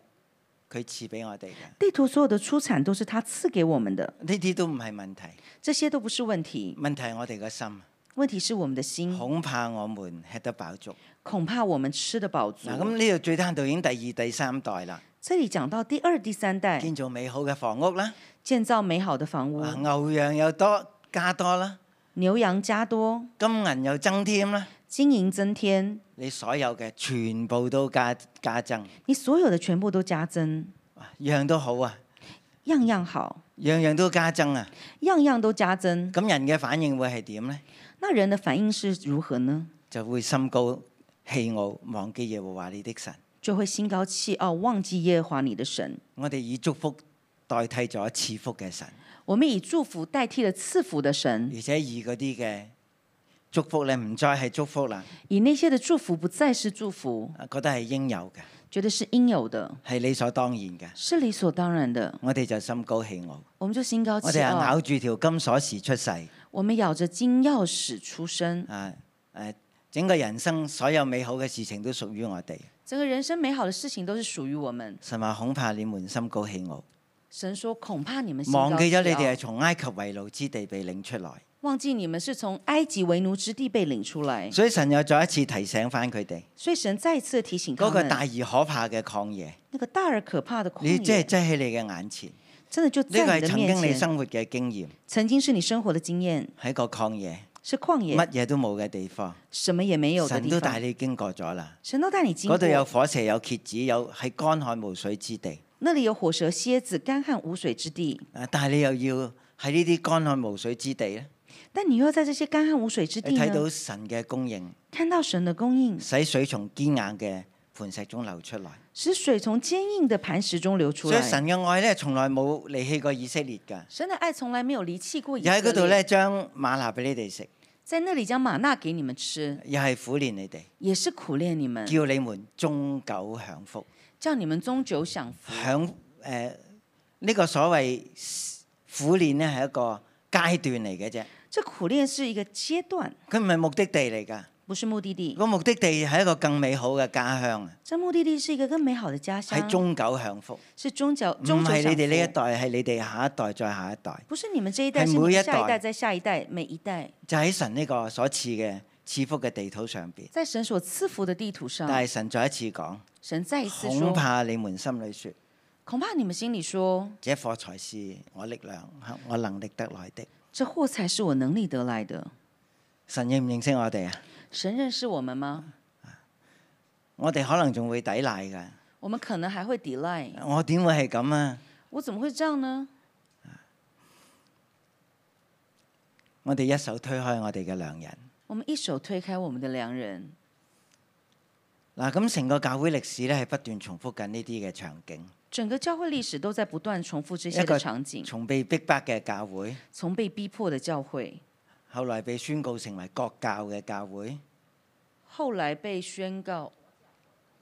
S2: 佢賜俾我哋嘅，
S1: 地图所有的出产都是他赐给我们的，
S2: 呢啲都唔係問題。
S1: 这些都不是问题，
S2: 問題係我哋嘅心，
S1: 问题是我们的心，
S2: 恐怕我們吃得飽足。
S1: 恐怕我们吃得饱足
S2: 嗱，。咁呢度最單度已經第二、第三代啦，
S1: 这里讲到第二、第三代
S2: 建造美好嘅房屋啦，
S1: 建造美好的房屋，
S2: 啊牛羊又多加多啦，
S1: 牛羊加多，
S2: 金銀又增添啦，
S1: 金银增添，
S2: 你所有嘅全部都加加增，
S1: 你所有的全部都加增，
S2: 哇樣都好啊，
S1: 样样好，
S2: 樣樣都加增啊。
S1: 样樣都加增。
S2: 咁人嘅反應會係點呢？
S1: 那人的反应是如何呢？”
S2: 就會心高氣傲，忘記耶和華你的神。
S1: 就会心高气傲，忘记耶和华你的神。
S2: 我哋以祝福代替咗賜福嘅神，
S1: 我们以祝福代替了赐福的神，
S2: 而且以嗰啲嘅祝福咧，唔再係祝福啦，
S1: 以那些的祝福不再是祝福，
S2: 覺得係應有嘅，
S1: 觉得是应有的，
S2: 係理所當然嘅。
S1: 是理所当然的。
S2: 我哋就心高氣傲，
S1: 我啊们就心高
S2: 我
S1: 气
S2: 哋啊係
S1: 傲，
S2: 咬住條金鎖匙出世
S1: 我们咬着金钥匙出生，
S2: 啊！誒，整個人生所有美好嘅事情都屬於我哋。
S1: 整个人生美好的事情都是属于我们。
S2: 神話恐怕你們心高氣傲，
S1: 神说：“恐怕你们心高
S2: 忘記咗你
S1: 气
S2: 哋
S1: 傲
S2: 係從埃及為奴之地被領出來，
S1: 忘记你们是从埃及为奴之地被领出来。
S2: 所以神又再一次提醒翻佢哋。”
S1: 所以神再次提醒
S2: 嗰
S1: 他
S2: 個
S1: 们，
S2: 大而可怕嘅曠野，
S1: 那个大而可怕的旷
S2: 你即係
S1: 野，
S2: 擠喺你嘅眼前，
S1: 真的就
S2: 呢個
S1: 在
S2: 係
S1: 你的
S2: 曾
S1: 面
S2: 經你
S1: 前。
S2: 生活嘅經驗，
S1: 曾經是你生活的經驗，
S2: 喺個曠野，
S1: 是曠野，
S2: 乜嘢都冇嘅地方，
S1: 什麼也沒有的
S2: 神
S1: 地
S2: 都
S1: 方。
S2: 帶你經過咗啦。
S1: 神都帶你經
S2: 嗰
S1: 過，
S2: 度有火蛇，有蝎子，有係乾旱無水之地。
S1: 那裡有火蛇、蝎子、乾旱無水之地，
S2: 啊但係你又要喺呢啲乾旱無水之地咧，
S1: 但你又要在這些乾旱無水之地
S2: 你睇
S1: 呢，
S2: 到神嘅供應，
S1: 看到神的供應，
S2: 使水從堅硬嘅磐石中流出來。
S1: 使水從堅硬的磐石中流出
S2: 所以
S1: 來。
S2: 神嘅愛咧，從來冇離棄過以色列㗎。
S1: 神的愛從來沒有離棄過以
S2: 又喺
S1: 色
S2: 嗰度
S1: 列，
S2: 咧，將馬拿俾你哋食，
S1: 在那裡將瑪納給你們吃，
S2: 又係苦練你哋，
S1: 也是苦練你們，
S2: 叫你們終久享福。
S1: 叫你們終久享福。
S2: 享誒呢、個所謂苦練咧係一個階段嚟嘅啫，
S1: 這苦練是一個階段，
S2: 佢唔係目的地嚟㗎。
S1: 不是目的地。
S2: 個目的地係一個更美好嘅家鄉啊，
S1: 這目的地是一個更美好的家鄉，
S2: 係終久享福，
S1: 是終久
S2: 唔
S1: 終久
S2: 係
S1: 享
S2: 你哋呢一
S1: 福。
S2: 代，係你哋下一代再下一代，
S1: 不是你們這一代，
S2: 係
S1: 是你
S2: 每一
S1: 們下一
S2: 代
S1: 代，在下一代，每一代，
S2: 就喺神呢個所賜嘅賜福嘅地土上邊。
S1: 在神所賜福的地圖上。
S2: 但係神再一次講，
S1: 神再一次
S2: 恐
S1: 啊說，
S2: 怕你們心裏説：
S1: 恐怕你們心裡說，
S2: 這火才是我力量，我能力得來的。
S1: 這貨才是我能力得來的。
S2: 神認唔認識我哋啊？
S1: 神認識我們嗎？
S2: 我哋可能仲會抵賴㗎。
S1: 我們可能還會抵賴。
S2: 我點會係咁啊？
S1: 我怎麼會這樣呢？
S2: 我哋一手推開我哋嘅良人。
S1: 我們一手推開我們的良人。
S2: 嗱，咁成個教會歷史咧係不斷重複緊呢啲嘅場景，
S1: 整個教會歷史都在不斷重複這
S2: 一
S1: 些
S2: 個
S1: 的場景，
S2: 從被逼迫嘅教會，
S1: 從被逼迫的教會，
S2: 後來被宣告成為國教嘅教會，
S1: 後來被宣告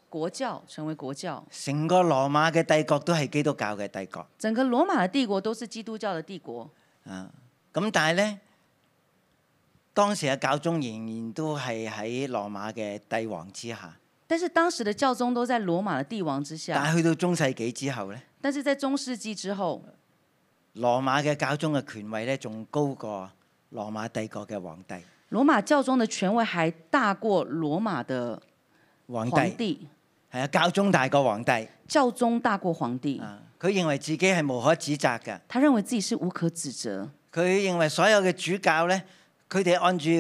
S1: 国教，成為國教。
S2: 成個羅馬嘅帝國都係基督教嘅帝國
S1: 整個羅馬的帝國都是基督教的帝國，
S2: 啊！咁但係呢，當時嘅教宗仍然都係喺羅馬嘅帝王之下，
S1: 但是當時的教宗都在羅馬的帝王之
S2: 但
S1: 下。
S2: 係去到中世紀之後呢，
S1: 但是在中世紀之後，
S2: 羅馬嘅教宗嘅權位呢，仲高過羅馬帝國嘅皇帝，
S1: 羅馬教宗的權威還大過羅馬的
S2: 皇
S1: 皇
S2: 帝
S1: 帝，
S2: 係啊，教宗大過皇帝。
S1: 教宗大過皇帝。
S2: 啊！佢認為自己係無可指責嘅，
S1: 他認為自己是無可指責，
S2: 佢認為所有嘅主教呢，佢哋按照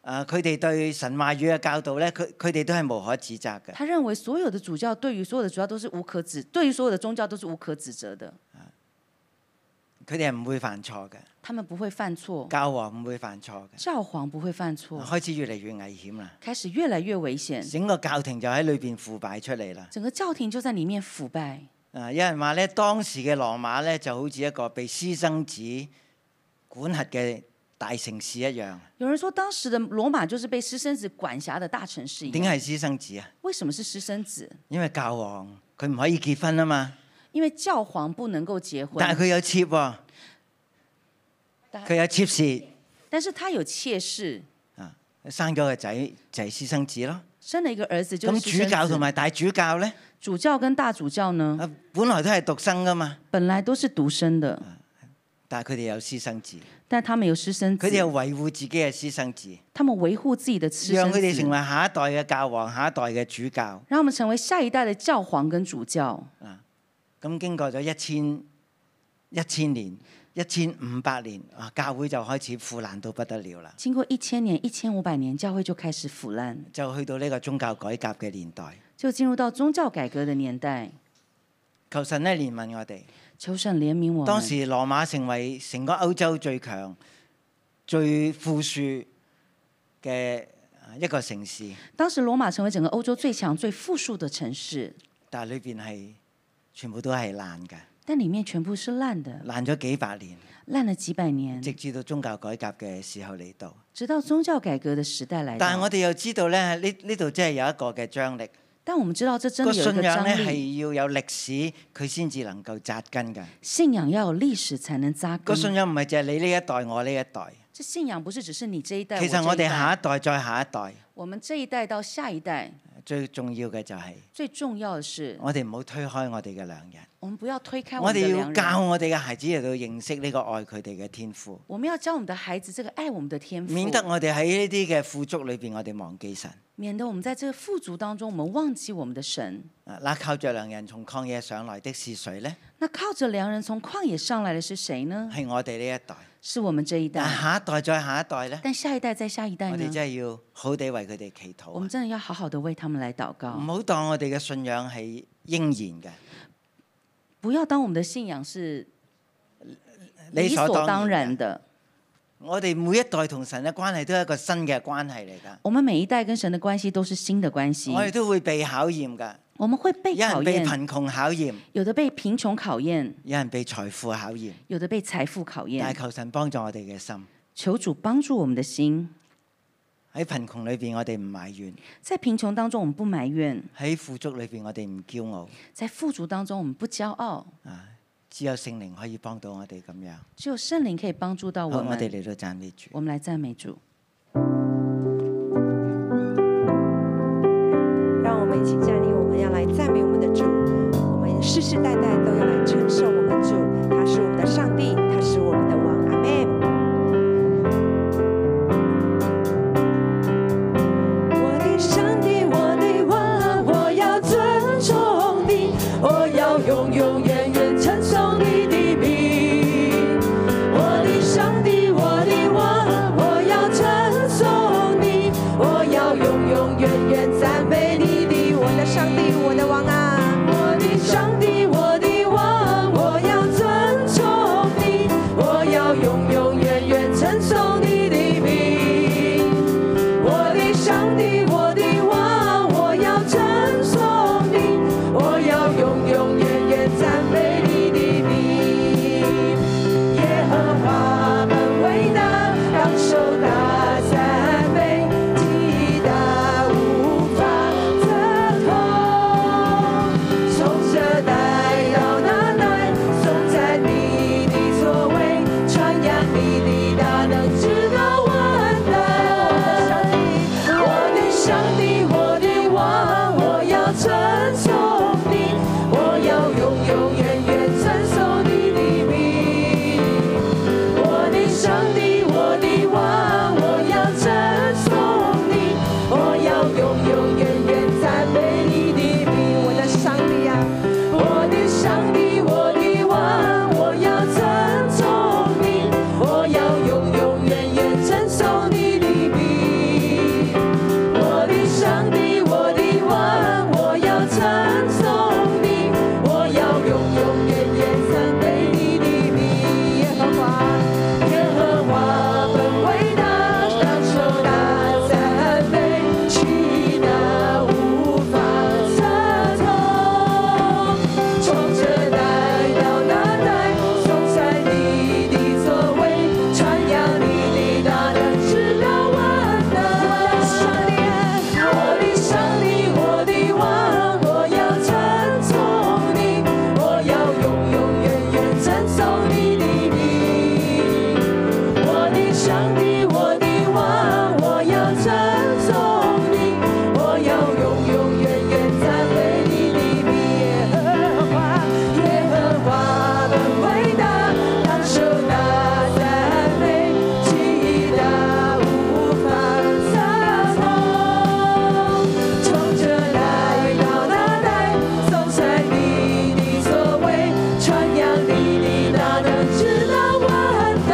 S2: 啊佢哋對神話語嘅教導呢，佢佢哋都係無可指責嘅。
S1: 他認為所有的主教對於所有的主教都是無可指，對於所有的宗教都是無可指責的，
S2: 佢哋係唔會犯錯嘅，
S1: 他們不會犯錯，
S2: 教皇唔會犯錯嘅。
S1: 教皇不會犯錯，
S2: 開啊始越嚟越危險啦，
S1: 開始越來越危險，
S2: 整個教廷就喺裏邊腐敗出嚟啦。
S1: 整個教廷就在裡面腐敗。
S2: 啊，有人話呢，當時嘅羅馬呢，就好似一個被私生子管轄嘅大城市
S1: 哎
S2: 一樣。
S1: 有人說，當時的羅馬就是被私生子管轄的大城市一樣。
S2: 點係私生子啊？
S1: 为什麼是私生子？
S2: 因為教皇佢唔可以結婚啊嘛。
S1: 因為教皇不能夠結婚，
S2: 但係佢有妾喎、
S1: 但
S2: 佢有妾侍
S1: 但是他有妾室，
S2: 啊，生咗個仔就係私生子咯。
S1: 生了一個兒子就
S2: 咁
S1: 是私
S2: 主
S1: 生
S2: 教
S1: 子
S2: 同埋大主教呢，
S1: 主教跟大主教呢，
S2: 啊本來都係獨生噶嘛，
S1: 本來都是獨生的，
S2: 啊但係佢哋有私生子，
S1: 但他們有私生
S2: 佢
S1: 子
S2: 哋，又維護自己嘅私生子，
S1: 他們維護自己的私
S2: 讓
S1: 生
S2: 佢哋成為
S1: 子，
S2: 下一代嘅教皇、下一代嘅主教。
S1: 让我們成為下一代的教皇跟主教。
S2: 咁經過咗一千一千年、一千五百年，啊教會就開始腐爛到不得了啦，
S1: 經過一千年、一千五百年，教會就開始腐爛，
S2: 就去到呢個宗教改革嘅年代。
S1: 就進入到宗教改革的年代。
S2: 求神呢憐憫我哋。
S1: 求神憐憫我
S2: 當
S1: 們。
S2: 時羅馬成為成個歐洲最強、最富庶嘅啊一個城市，
S1: 當時羅馬成為整個歐洲最強、最富庶的城市，
S2: 但係裏邊係全部都係爛嘅，
S1: 但裡面全部是爛的，
S2: 爛咗幾百年，
S1: 爛了幾百年，
S2: 直至到宗教改革嘅時候嚟到。
S1: 直到宗教改革的時代來
S2: 但係
S1: 到。
S2: 我哋又知道咧，呢呢度真係有一個嘅張力，
S1: 但我們知道，這真
S2: 個
S1: 的有一
S2: 信
S1: 個
S2: 仰
S1: 張
S2: 咧
S1: 力。
S2: 係要有歷史，佢先至能夠扎根嘅。
S1: 信仰要有歷史才能扎
S2: 個
S1: 根。
S2: 信仰唔係就係你呢一代，我呢一代。
S1: 這信仰不是只是你這一代，
S2: 其實
S1: 我
S2: 我
S1: 這一
S2: 哋
S1: 代，
S2: 下一代再下一代，
S1: 我們這一代到下一代，
S2: 最重要嘅就係
S1: 最重要的是，
S2: 我哋唔好推開我哋嘅良人，
S1: 我们不要推开我
S2: 我
S1: 们的
S2: 哋要
S1: 良
S2: 教
S1: 人。
S2: 我哋嘅孩子嚟到認識呢個愛佢哋嘅天賦，
S1: 我们要教我们的孩子这个爱我们的天赋，
S2: 免得我哋喺呢啲嘅富足裏邊，我哋忘記神。
S1: 免得我们在这个富足当中，我们忘记我们的神。
S2: 啊那靠着良人從曠野上來的是誰呢？
S1: 那靠着良人从旷野上来的是谁呢？
S2: 係我哋呢一代，
S1: 是我们这一
S2: 但
S1: 代，
S2: 下一代再下一代呢，
S1: 但下一代再下一代
S2: 我哋
S1: 呢？
S2: 真係要好地為佢哋祈
S1: 我
S2: 禱
S1: 们
S2: 啊，
S1: 真的要好好的为他们来祷
S2: 唔
S1: 告，
S2: 好當我哋嘅信仰係應然嘅。
S1: 不要当我们的信仰是理
S2: 理所
S1: 所
S2: 當
S1: 当
S2: 然
S1: 然的。
S2: 我哋每一代同神嘅關係都係一個新嘅關係嚟㗎，
S1: 我们每一代跟神的關係都是新的關
S2: 我哋
S1: 係，
S2: 都會被考驗㗎。
S1: 我們會被
S2: 有
S1: 考
S2: 人被
S1: 驗，
S2: 貧窮考驗，
S1: 有的被貧窮考驗，
S2: 有人被財富考驗。
S1: 有的被財富考
S2: 但
S1: 驗
S2: 係。求神幫助我哋嘅心，
S1: 求主幫助我們的心，
S2: 喺貧窮裏邊我哋唔埋怨，
S1: 在貧窮當中我們不埋怨，
S2: 喺富足裏邊我哋唔驕傲。
S1: 在富足當中我們不驕傲。
S2: 啊，只有聖靈可以幫到我哋咁樣。
S1: 只有聖靈可以幫助到
S2: 好，
S1: Oh，我
S2: 我哋
S1: 們。
S2: 嚟到讚美主。
S1: 我們來讚美主。
S3: 让我们一起站立，我们要来赞美我们的主，我们世世代代都要来承受我们主，他是我们的上帝，他是我们的王，阿门。我的上帝，我的王，我要尊崇你，我要永永远远称颂你的名。我的上帝，我的王，我要称颂你，我要永永远远赞美你的。我的上帝，我的王啊！我的上帝，我的王，我要尊崇你，我要永永远远称颂你的名。我的上帝，我的王，我要称颂你，我要永永远远赞美你的名。耶和华本伟大，当受大赞美，极大无法测透。从这代到那代，颂赞你的作为，传扬你的大能，直到万代。我的上帝，我的王，我要称颂你，我要永永远远称颂你的名。我的上帝，我的王，我要称颂你，我要永永远远赞美你的名。我的上帝啊，我的上帝，我的王，我要称颂你，我要永永远远称颂你的名。我的上帝，我的王，我要称颂你，我要永永远远赞美你的名。耶和华，耶和华本伟大，当受大赞美，其大无法测透。从这代到那代，颂赞你的作为，传扬你的大能，直到万代。我的上帝，我的王，我要称颂你，我要永永远远称颂你的名。我的上帝，我的王，我要称颂你，我要永永远远赞美你的名。耶和华，耶和华本伟大，当受大赞美，极大无法测透。从这代到那代，颂赞你的作为，传扬你的大能，直到万代。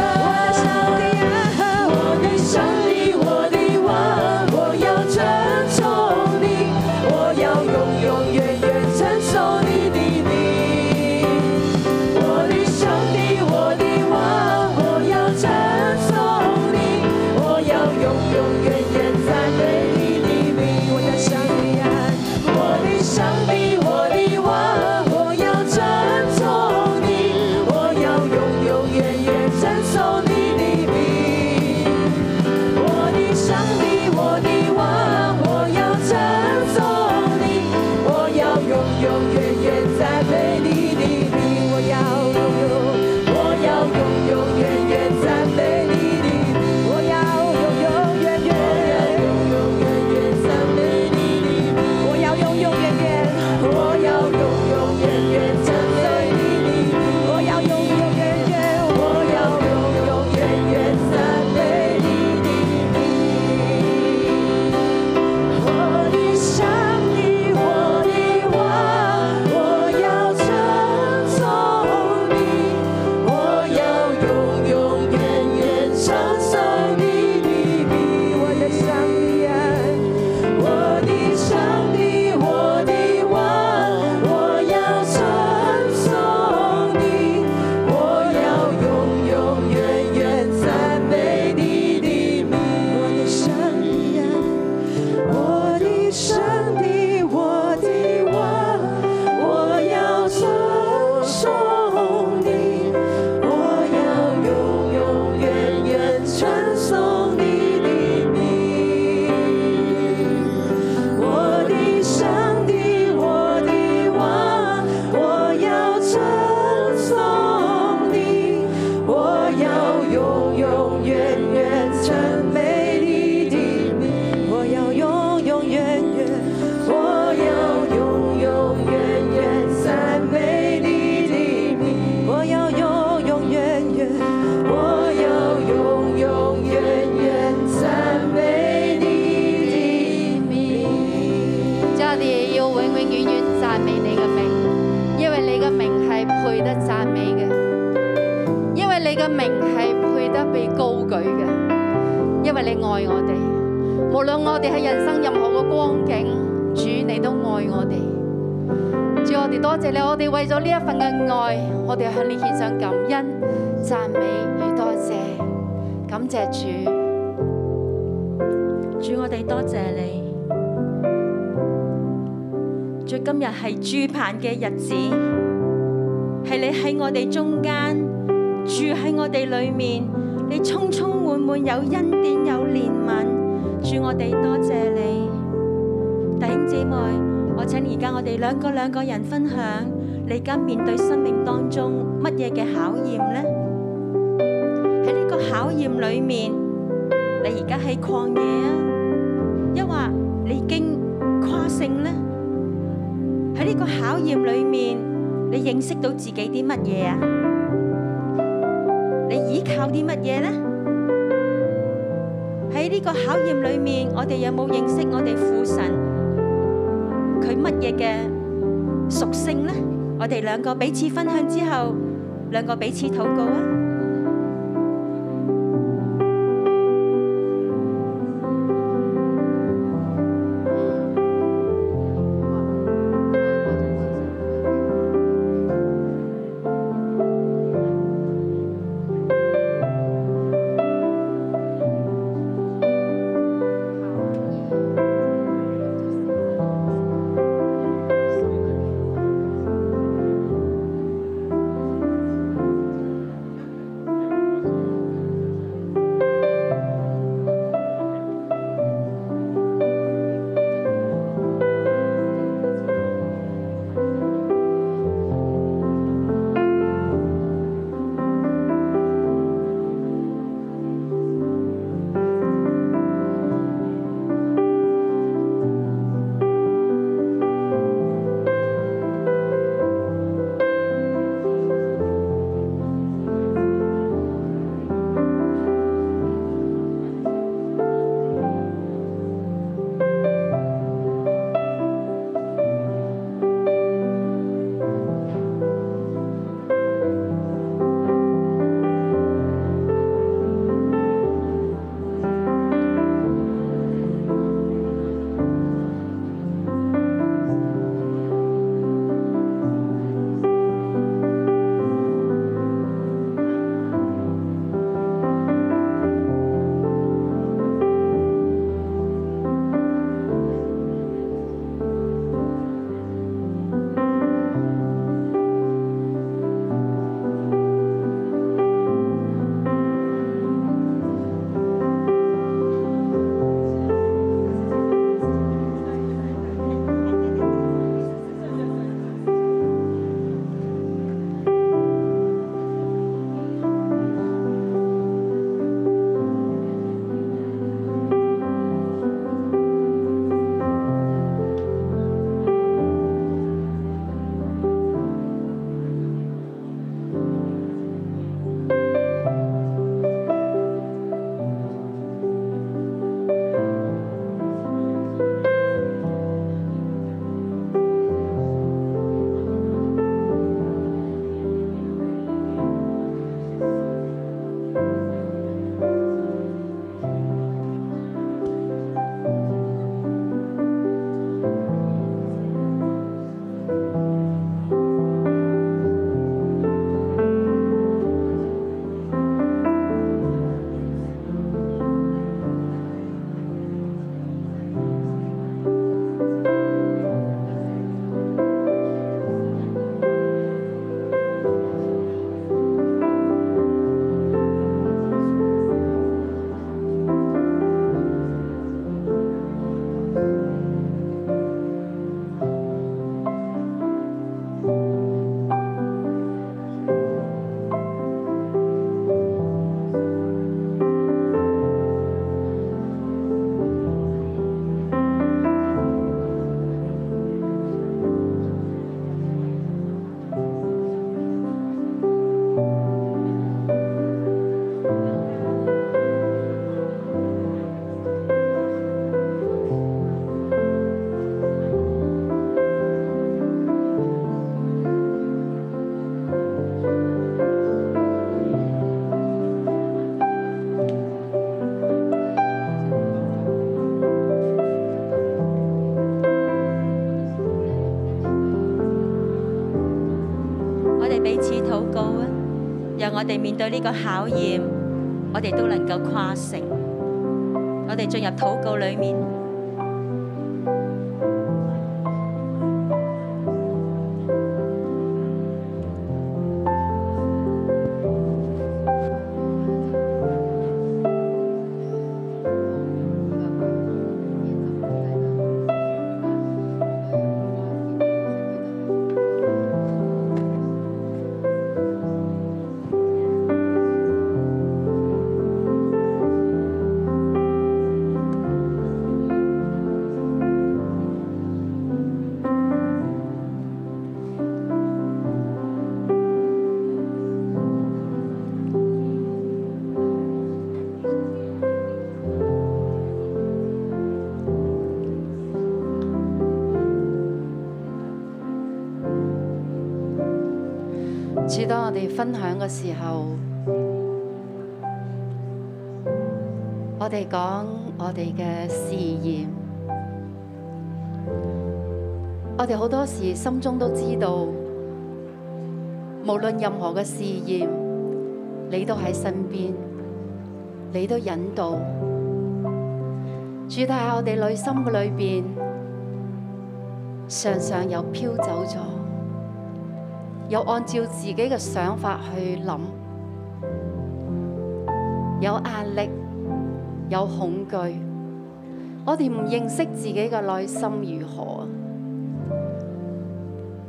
S3: 我的上帝，我的王，我要称颂你，我要永永远远承受你的名。我的上帝，我的王，我要称颂你，我要永永远远赞美你的名。我的上帝啊，我的上帝，我的王，我要称颂你，我要永永远远赞颂你的名。我的上帝，我的王，我要称颂你，我要永永远远赞美你的名，我要永永，我要永永远远赞美你的名，我要永永远远。
S4: 愛我哋，無論我哋喺人生任何嘅光景，主你都愛我哋。主，我哋多謝你，我哋為咗呢一份嘅愛，我哋向你獻上感恩、讚美與多謝，感謝主。
S5: 主，我哋多謝你。主，今日係住棚嘅日子，係你喺我哋中間住喺我哋裏面，你充充滿滿有恩典有憐憫。主，我哋多謝你，弟兄姊妹，我請而家我哋兩個兩個人分享，你而家面對生命當中乜嘢嘅考驗呢？喺呢個考驗裏面。你而家喺曠野啊，抑或你已經跨性呢？喺呢個考驗裏面，你認識到自己啲乜嘢啊？你依靠啲乜嘢呢？喺呢個考驗裏面，我哋有冇認識我哋父神佢乜嘢嘅屬性呢？我哋兩個彼此分享之後，兩個彼此禱告啊！讓啊我哋面對呢個考驗，我哋都能夠跨城。我哋進入禱告裏面。
S4: 主，當我哋分享嘅時候，我哋講我哋嘅試驗，我哋好多時心中都知道，無論任何嘅試驗，你都喺身邊，你都引導。主，但係我哋內心嘅裏邊，常常又飄走咗。又按照自己嘅想法去諗，有壓力，有恐懼，我哋唔認識自己嘅內心如何啊！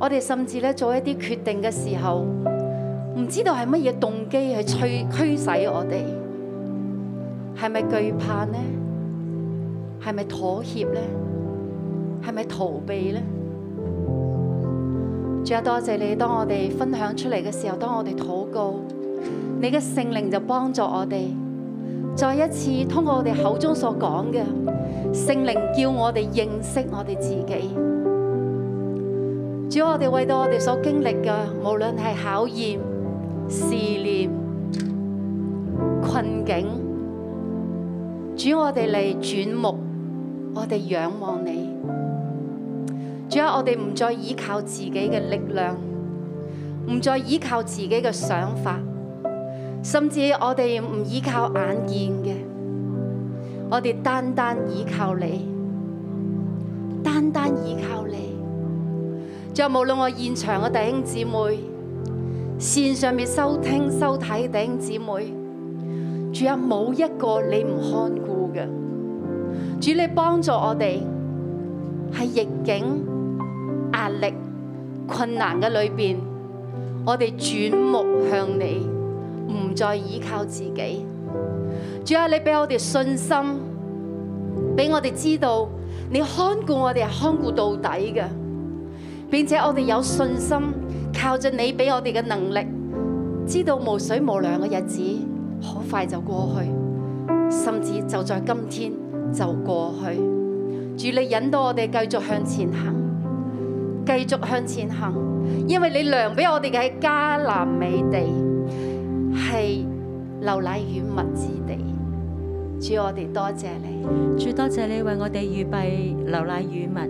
S4: 我哋甚至咧做一啲決定嘅時候，唔知道係乜嘢動機去驅驅使我哋，係咪懼怕呢？係咪妥協呢？係咪逃避呢？主啊，多謝你，當我哋分享出嚟嘅時候，當我哋禱告，你嘅聖靈就幫助我哋，再一次通過我哋口中所講嘅，聖靈叫我哋認識我哋自己。主啊，我哋為到我哋所經歷嘅，無論係考驗、試煉、困境，主啊我哋嚟轉目，我哋仰望你。主啊，我哋唔再依靠自己嘅力量，唔再依靠自己嘅想法，甚至我哋唔依靠眼見嘅，我哋單單依靠你，單單依靠你。就無論我現場嘅弟兄姊妹，線上面收聽收睇嘅弟兄姊妹，主啊，冇一個你唔看顧嘅，主你幫助我哋。喺逆境、壓力、困難嘅裏邊，我哋轉目向你，唔再依靠自己。主啊，你俾我哋信心，俾我哋知道你看顧我哋係看顧到底嘅，並且我哋有信心，靠着你俾我哋嘅能力，知道無水無糧嘅日子好快就過去，甚至就在今天就過去。主你引導我哋繼續向前行，繼續向前行，因為你量俾我哋嘅係迦南美地，係流奶與蜜之地。主我哋多謝你，
S5: 主多謝你為我哋預備流奶與蜜。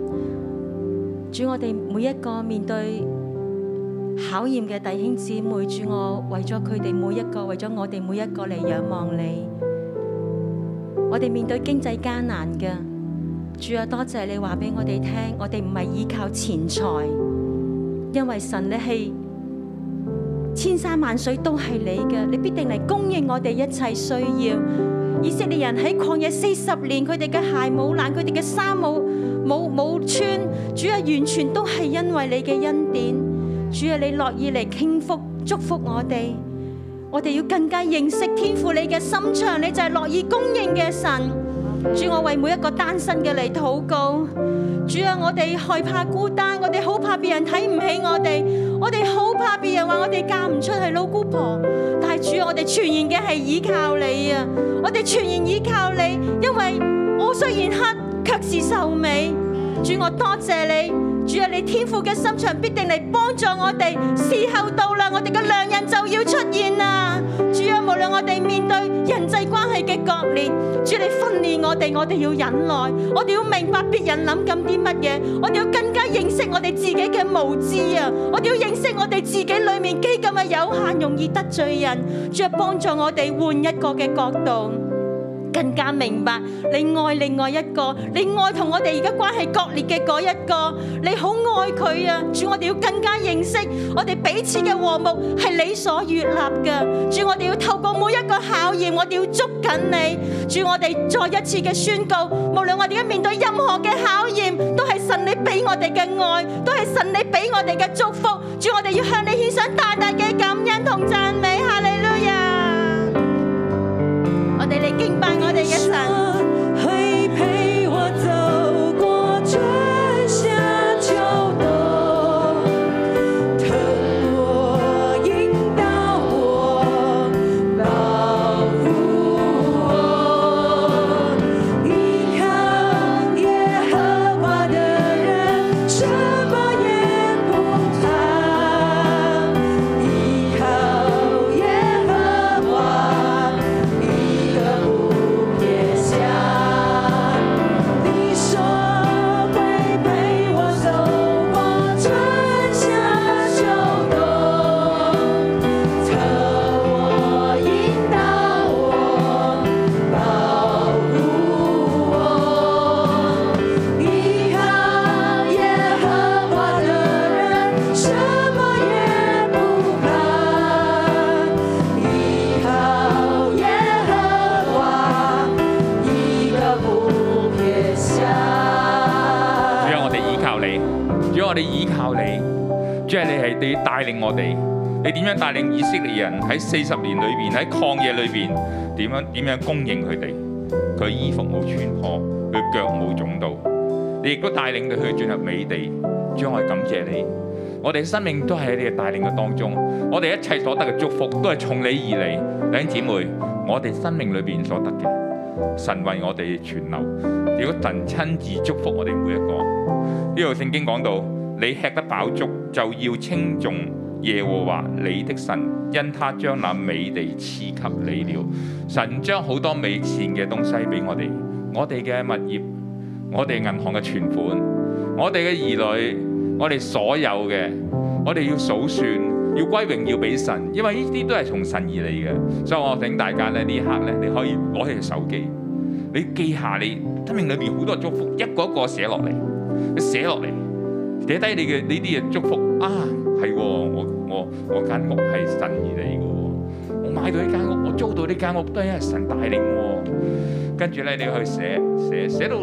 S5: 主我哋每一個面對考驗嘅弟兄姊妹，主我為咗佢哋每一個，為咗我哋每一個嚟仰望你。我哋面對經濟艱難嘅，主啊多謝你話俾我哋聽，我哋唔係依靠錢財，因為神你係千山萬水都係你嘅，你必定嚟供應我哋一切需要。以色列人喺曠野四十年，佢哋嘅鞋冇爛，佢哋嘅衫冇冇冇穿，主啊，完全都係因為你嘅恩典。主啊，你樂意嚟傾福祝福我哋，我哋要更加認識天父你嘅心腸，你就係樂意供應嘅神。主，我為每一個單身嘅嚟禱告。主啊，我哋害怕孤單，我哋好怕別人睇唔起我哋，我哋好怕別人話我哋嫁唔出去老姑婆。但係主啊，我哋全然嘅係依靠你啊！我哋全然依靠你，因為我雖然黑，卻是秀美。主，我多謝你。主啊，你天父嘅心腸必定嚟幫助我哋。時候到啦，我哋嘅良人就要出現啦。主啊，無論我哋面對人際關係嘅割裂，主啊你訓練我哋，我哋要忍耐，我哋要明白別人諗緊啲乜嘢，我哋要更加認識我哋自己嘅無知啊！我哋要認識我哋自己裏面基咁嘅有限，容易得罪人。主啊，幫助我哋換一個嘅角度。更加明白你愛另外一個，你愛同我哋而家關係割裂嘅嗰一個，你好愛佢啊！主，我哋要更加認識我哋彼此嘅和睦係你所悅納嘅。主，我哋要透過每一個考驗，我哋要捉緊你。主，我哋再一次嘅宣告，無論我哋而家面對任何嘅考驗，都係神你俾我哋嘅愛，都係神你俾我哋嘅祝福。主，我哋要向你獻上大大嘅感恩同讚美，哈利路亞！我哋嚟敬拜我哋嘅神。
S3: 会陪我走过春夏秋冬，疼我、引导我、保护我，依靠耶和华的人什么也不怕，依靠耶和华。一个不撇下，你说会陪我走过春夏秋冬，疼我、引导我、保护我，依靠耶和华的人什么也不怕。依靠耶和华，一个不撇下。
S6: 主啊，我哋依靠你，主啊，我哋依靠你，主啊，你係你帶領我哋，你點樣帶領以色列人喺四十年裏邊喺曠野裏邊點樣點樣供應佢哋？佢衣服冇穿破，佢腳冇腫到，你亦都帶領佢去進入美地。主啊，我哋感謝你，我哋生命都係喺你嘅帶領嘅當中，我哋一切所得嘅祝福都係從你而嚟，弟兄姊妹，我哋生命裏邊所得嘅，神為我哋存留，如果神親自祝福我哋每一個。呢度聖經講到，你吃得飽足，就要稱頌耶和華你的神，因他將那美地賜給你了。神將好多美善嘅東西俾我哋，我哋嘅物業，我哋銀行嘅存款，我哋嘅兒女，我哋所有嘅，我哋要數算，要歸榮耀俾神，因為呢啲都係從神而嚟嘅。所以我請大家咧呢一刻咧，你可以攞起手機，你記下你生命裏面好多祝福，一個一個寫落嚟。你寫落嚟，寫低你嘅呢啲嘢祝福啊，係喎，我我我間屋係神而嚟嘅喎，我買到呢間屋，我租到呢間屋都係因為神帶領喎。跟住咧，你去寫寫寫到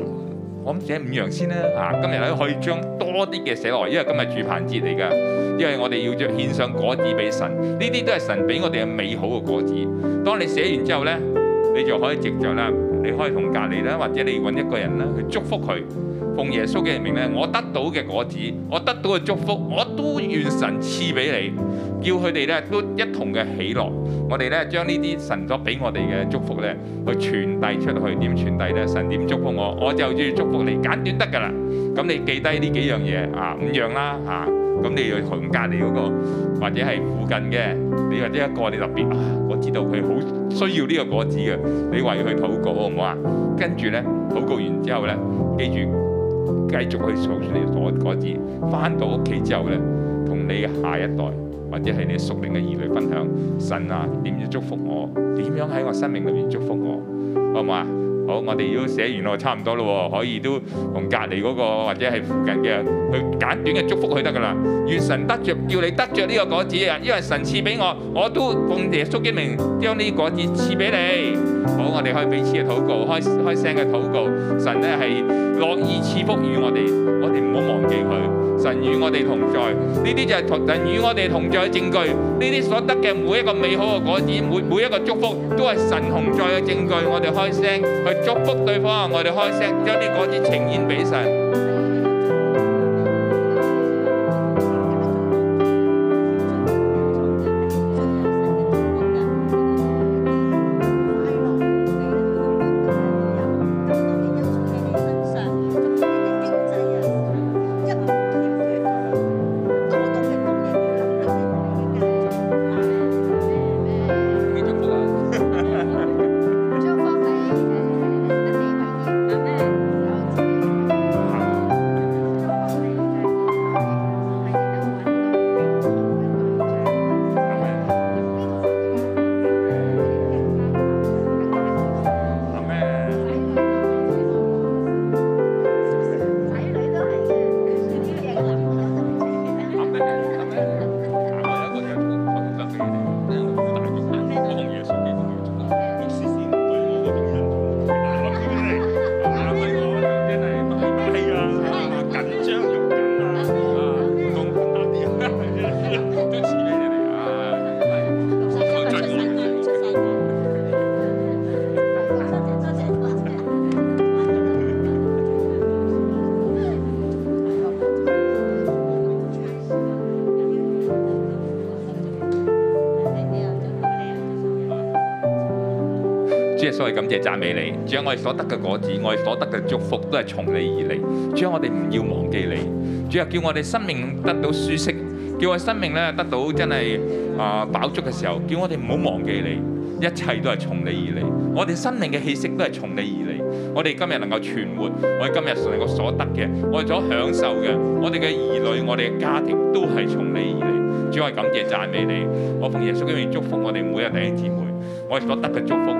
S6: 我諗寫五樣先啦啊！今日咧可以將多啲嘅寫落嚟，因為今日住棚節嚟㗎，因為我哋要將獻上果子俾神，呢啲都係神俾我哋嘅美好嘅果子。當你寫完之後咧，你就可以藉著啦，你可以同隔離啦，或者你揾一個人啦去祝福佢。奉耶穌嘅名咧，我得到嘅果子，我得到嘅祝福，我都願神賜俾你，叫佢哋咧都一同嘅喜樂。我哋咧將呢啲神所俾我哋嘅祝福咧，去傳遞出去。點傳遞咧？神點祝福我，我就要祝福你，簡短得㗎啦。咁你記低呢幾樣嘢啊，五樣啦啊。咁你要同隔離嗰個，或者係附近嘅，你或者一個你特別啊，我知道佢好需要呢個果子嘅，你為佢禱告好唔好啊？跟住咧，禱告完之後咧，記住。繼續去數算你所果子，翻到屋企之後咧，同你嘅下一代或者係你屬靈嘅兒女分享，神啊點樣祝福我，點樣喺我生命裏面祝福我，好唔好啊？好，我哋都寫完咯，差唔多咯喎，可以都同隔離嗰個或者係附近嘅去簡短嘅祝福佢得噶啦。願神得着，叫你得着呢個果子啊，因為神賜俾我，我都奉耶穌嘅名將呢啲果子賜俾你。好，我哋可以彼此嘅禱告，開開聲嘅禱告，神咧係樂意賜福與我哋，我哋唔好忘記佢，神與我哋同在，呢啲就係同神與我哋同在嘅證據，呢啲所得嘅每一個美好嘅果子，每每一個祝福都係神同在嘅證據，我哋開聲去祝福對方，我哋開聲將啲果子呈現俾神。呢啲祝福啊！穌，我哋感謝讚美你。主啊，我哋所得嘅果子，我哋所得嘅祝福都係從你而嚟。主啊，我哋唔要忘記你。主啊，叫我哋生命得到舒適，叫我哋生命咧得到真係啊飽足嘅時候，叫我哋唔好忘記你。一切都係從你而嚟，我哋生命嘅氣息都係從你而嚟。我哋今日能夠存活，我哋今日能夠所得嘅，我哋所享受嘅，我哋嘅兒女、我哋嘅家庭都係從你而嚟。主，我感謝讚美你。我奉耶穌嘅名祝福我哋每一弟兄姊妹，我哋所得嘅祝福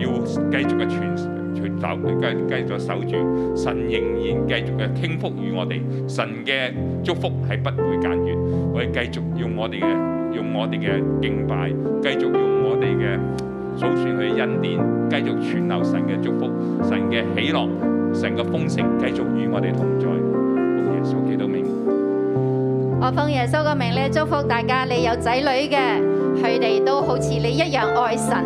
S6: 要繼續嘅傳傳授，繼繼續守住。神仍然繼續嘅傾覆與我哋，神嘅祝福係不會間斷。我哋繼續用我哋嘅用我哋嘅敬拜，繼續用我哋嘅。數算佢嘅恩典，繼續傳流神嘅祝福、神嘅喜樂、神嘅豐盛，繼續與我哋同在。奉耶穌基督名。
S4: 我奉耶穌嘅名咧，祝福大家，你有仔女嘅，佢哋都好似你一樣愛神、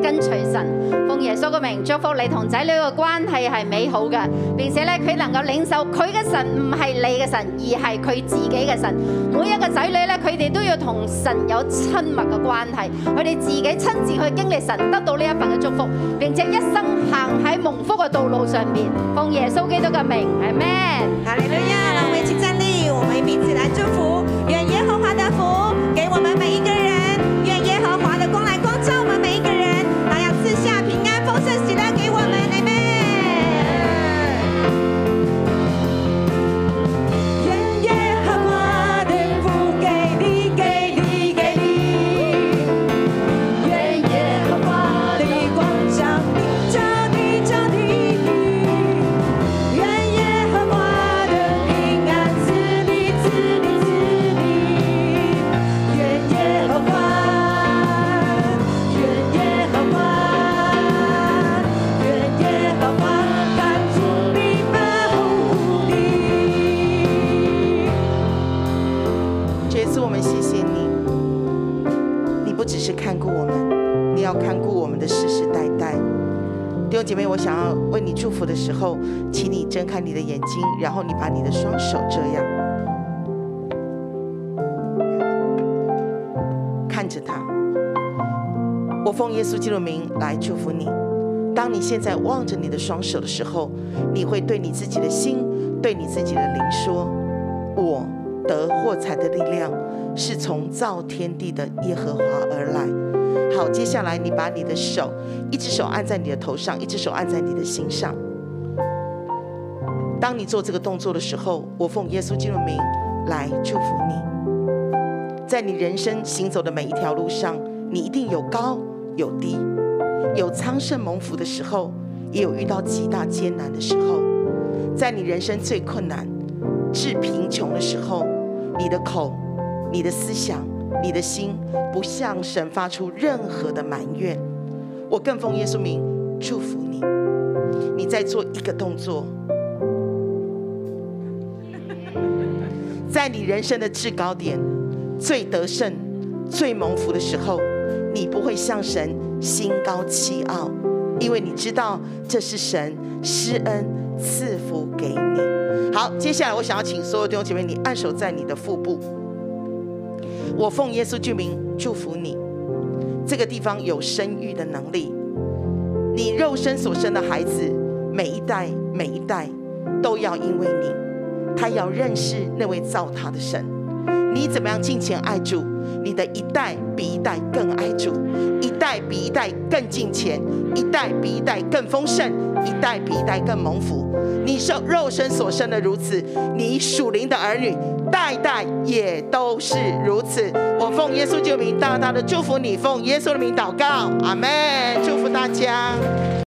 S4: 跟隨神。奉耶穌嘅名，祝福你同仔女嘅關係係美好嘅，並且咧佢能夠領受佢嘅神唔係你嘅神，而係佢自己嘅神。每一個仔女咧，佢哋都要同神有親密嘅關係，佢哋自己親自去經歷神，得到呢一份嘅祝福，並且一生行喺蒙福嘅道路上面。奉耶穌基督嘅名，係咩？
S7: 哈利路亚！让我们一起站立，我们彼此来祝福。愿耶和华的福给我们每一个人，愿耶和华的光来光照我们每一个人，还要赐下平安、丰盛、喜乐给我们。阿门。
S3: 愿耶和华的福给你，给你，给你。愿耶和华的光照你，照你，照你。愿耶和华的平安赐你，赐你，赐你。愿耶和华，愿耶和华，愿耶和华看住你，保护你。
S8: 这次我们谢谢你，你不只是看顾我们，你要看顾我们的世世代代。弟兄姐妹，我想要为你祝福的时候，请你睁开你的眼睛，然后你把你的双手这样看着他。我奉耶稣基督的名来祝福你。当你现在望着你的双手的时候，你会对你自己的心，对你自己的灵说：“我得获财的力量是从造天地的耶和华而来。好，接下来你把你的手，一只手按在你的头上，一只手按在你的心上。当你做这个动作的时候，我奉耶稣基督的名来祝福你，在你人生行走的每一条路上，你一定有高有低，有昌盛蒙福的时候，也有遇到极大艰难的时候。在你人生最困难、致贫穷的时候，你的口、你的思想、你的心不向神发出任何的埋怨。我更奉耶稣名祝福你。你再做一个动作，在你人生的制高点、最得胜、最蒙福的时候，你不会向神心高气傲，因为你知道这是神施恩赐福给你。好，接下来我想要请所有弟兄姐妹，你按手在你的腹部。我奉耶稣之名祝福你，这个地方有生育的能力。你肉身所生的孩子，每一代每一代都要因为你，他要认识那位造他的神。你怎么样敬虔爱主？你的一代比一代更爱主，一代比一代更敬虔，一代比一代更丰盛，一代比一代更蒙福。你受肉身所生的如此，你属灵的儿女代代也都是如此。我奉耶稣救名大大的祝福你，奉耶稣的名祷告，阿门。祝福大家。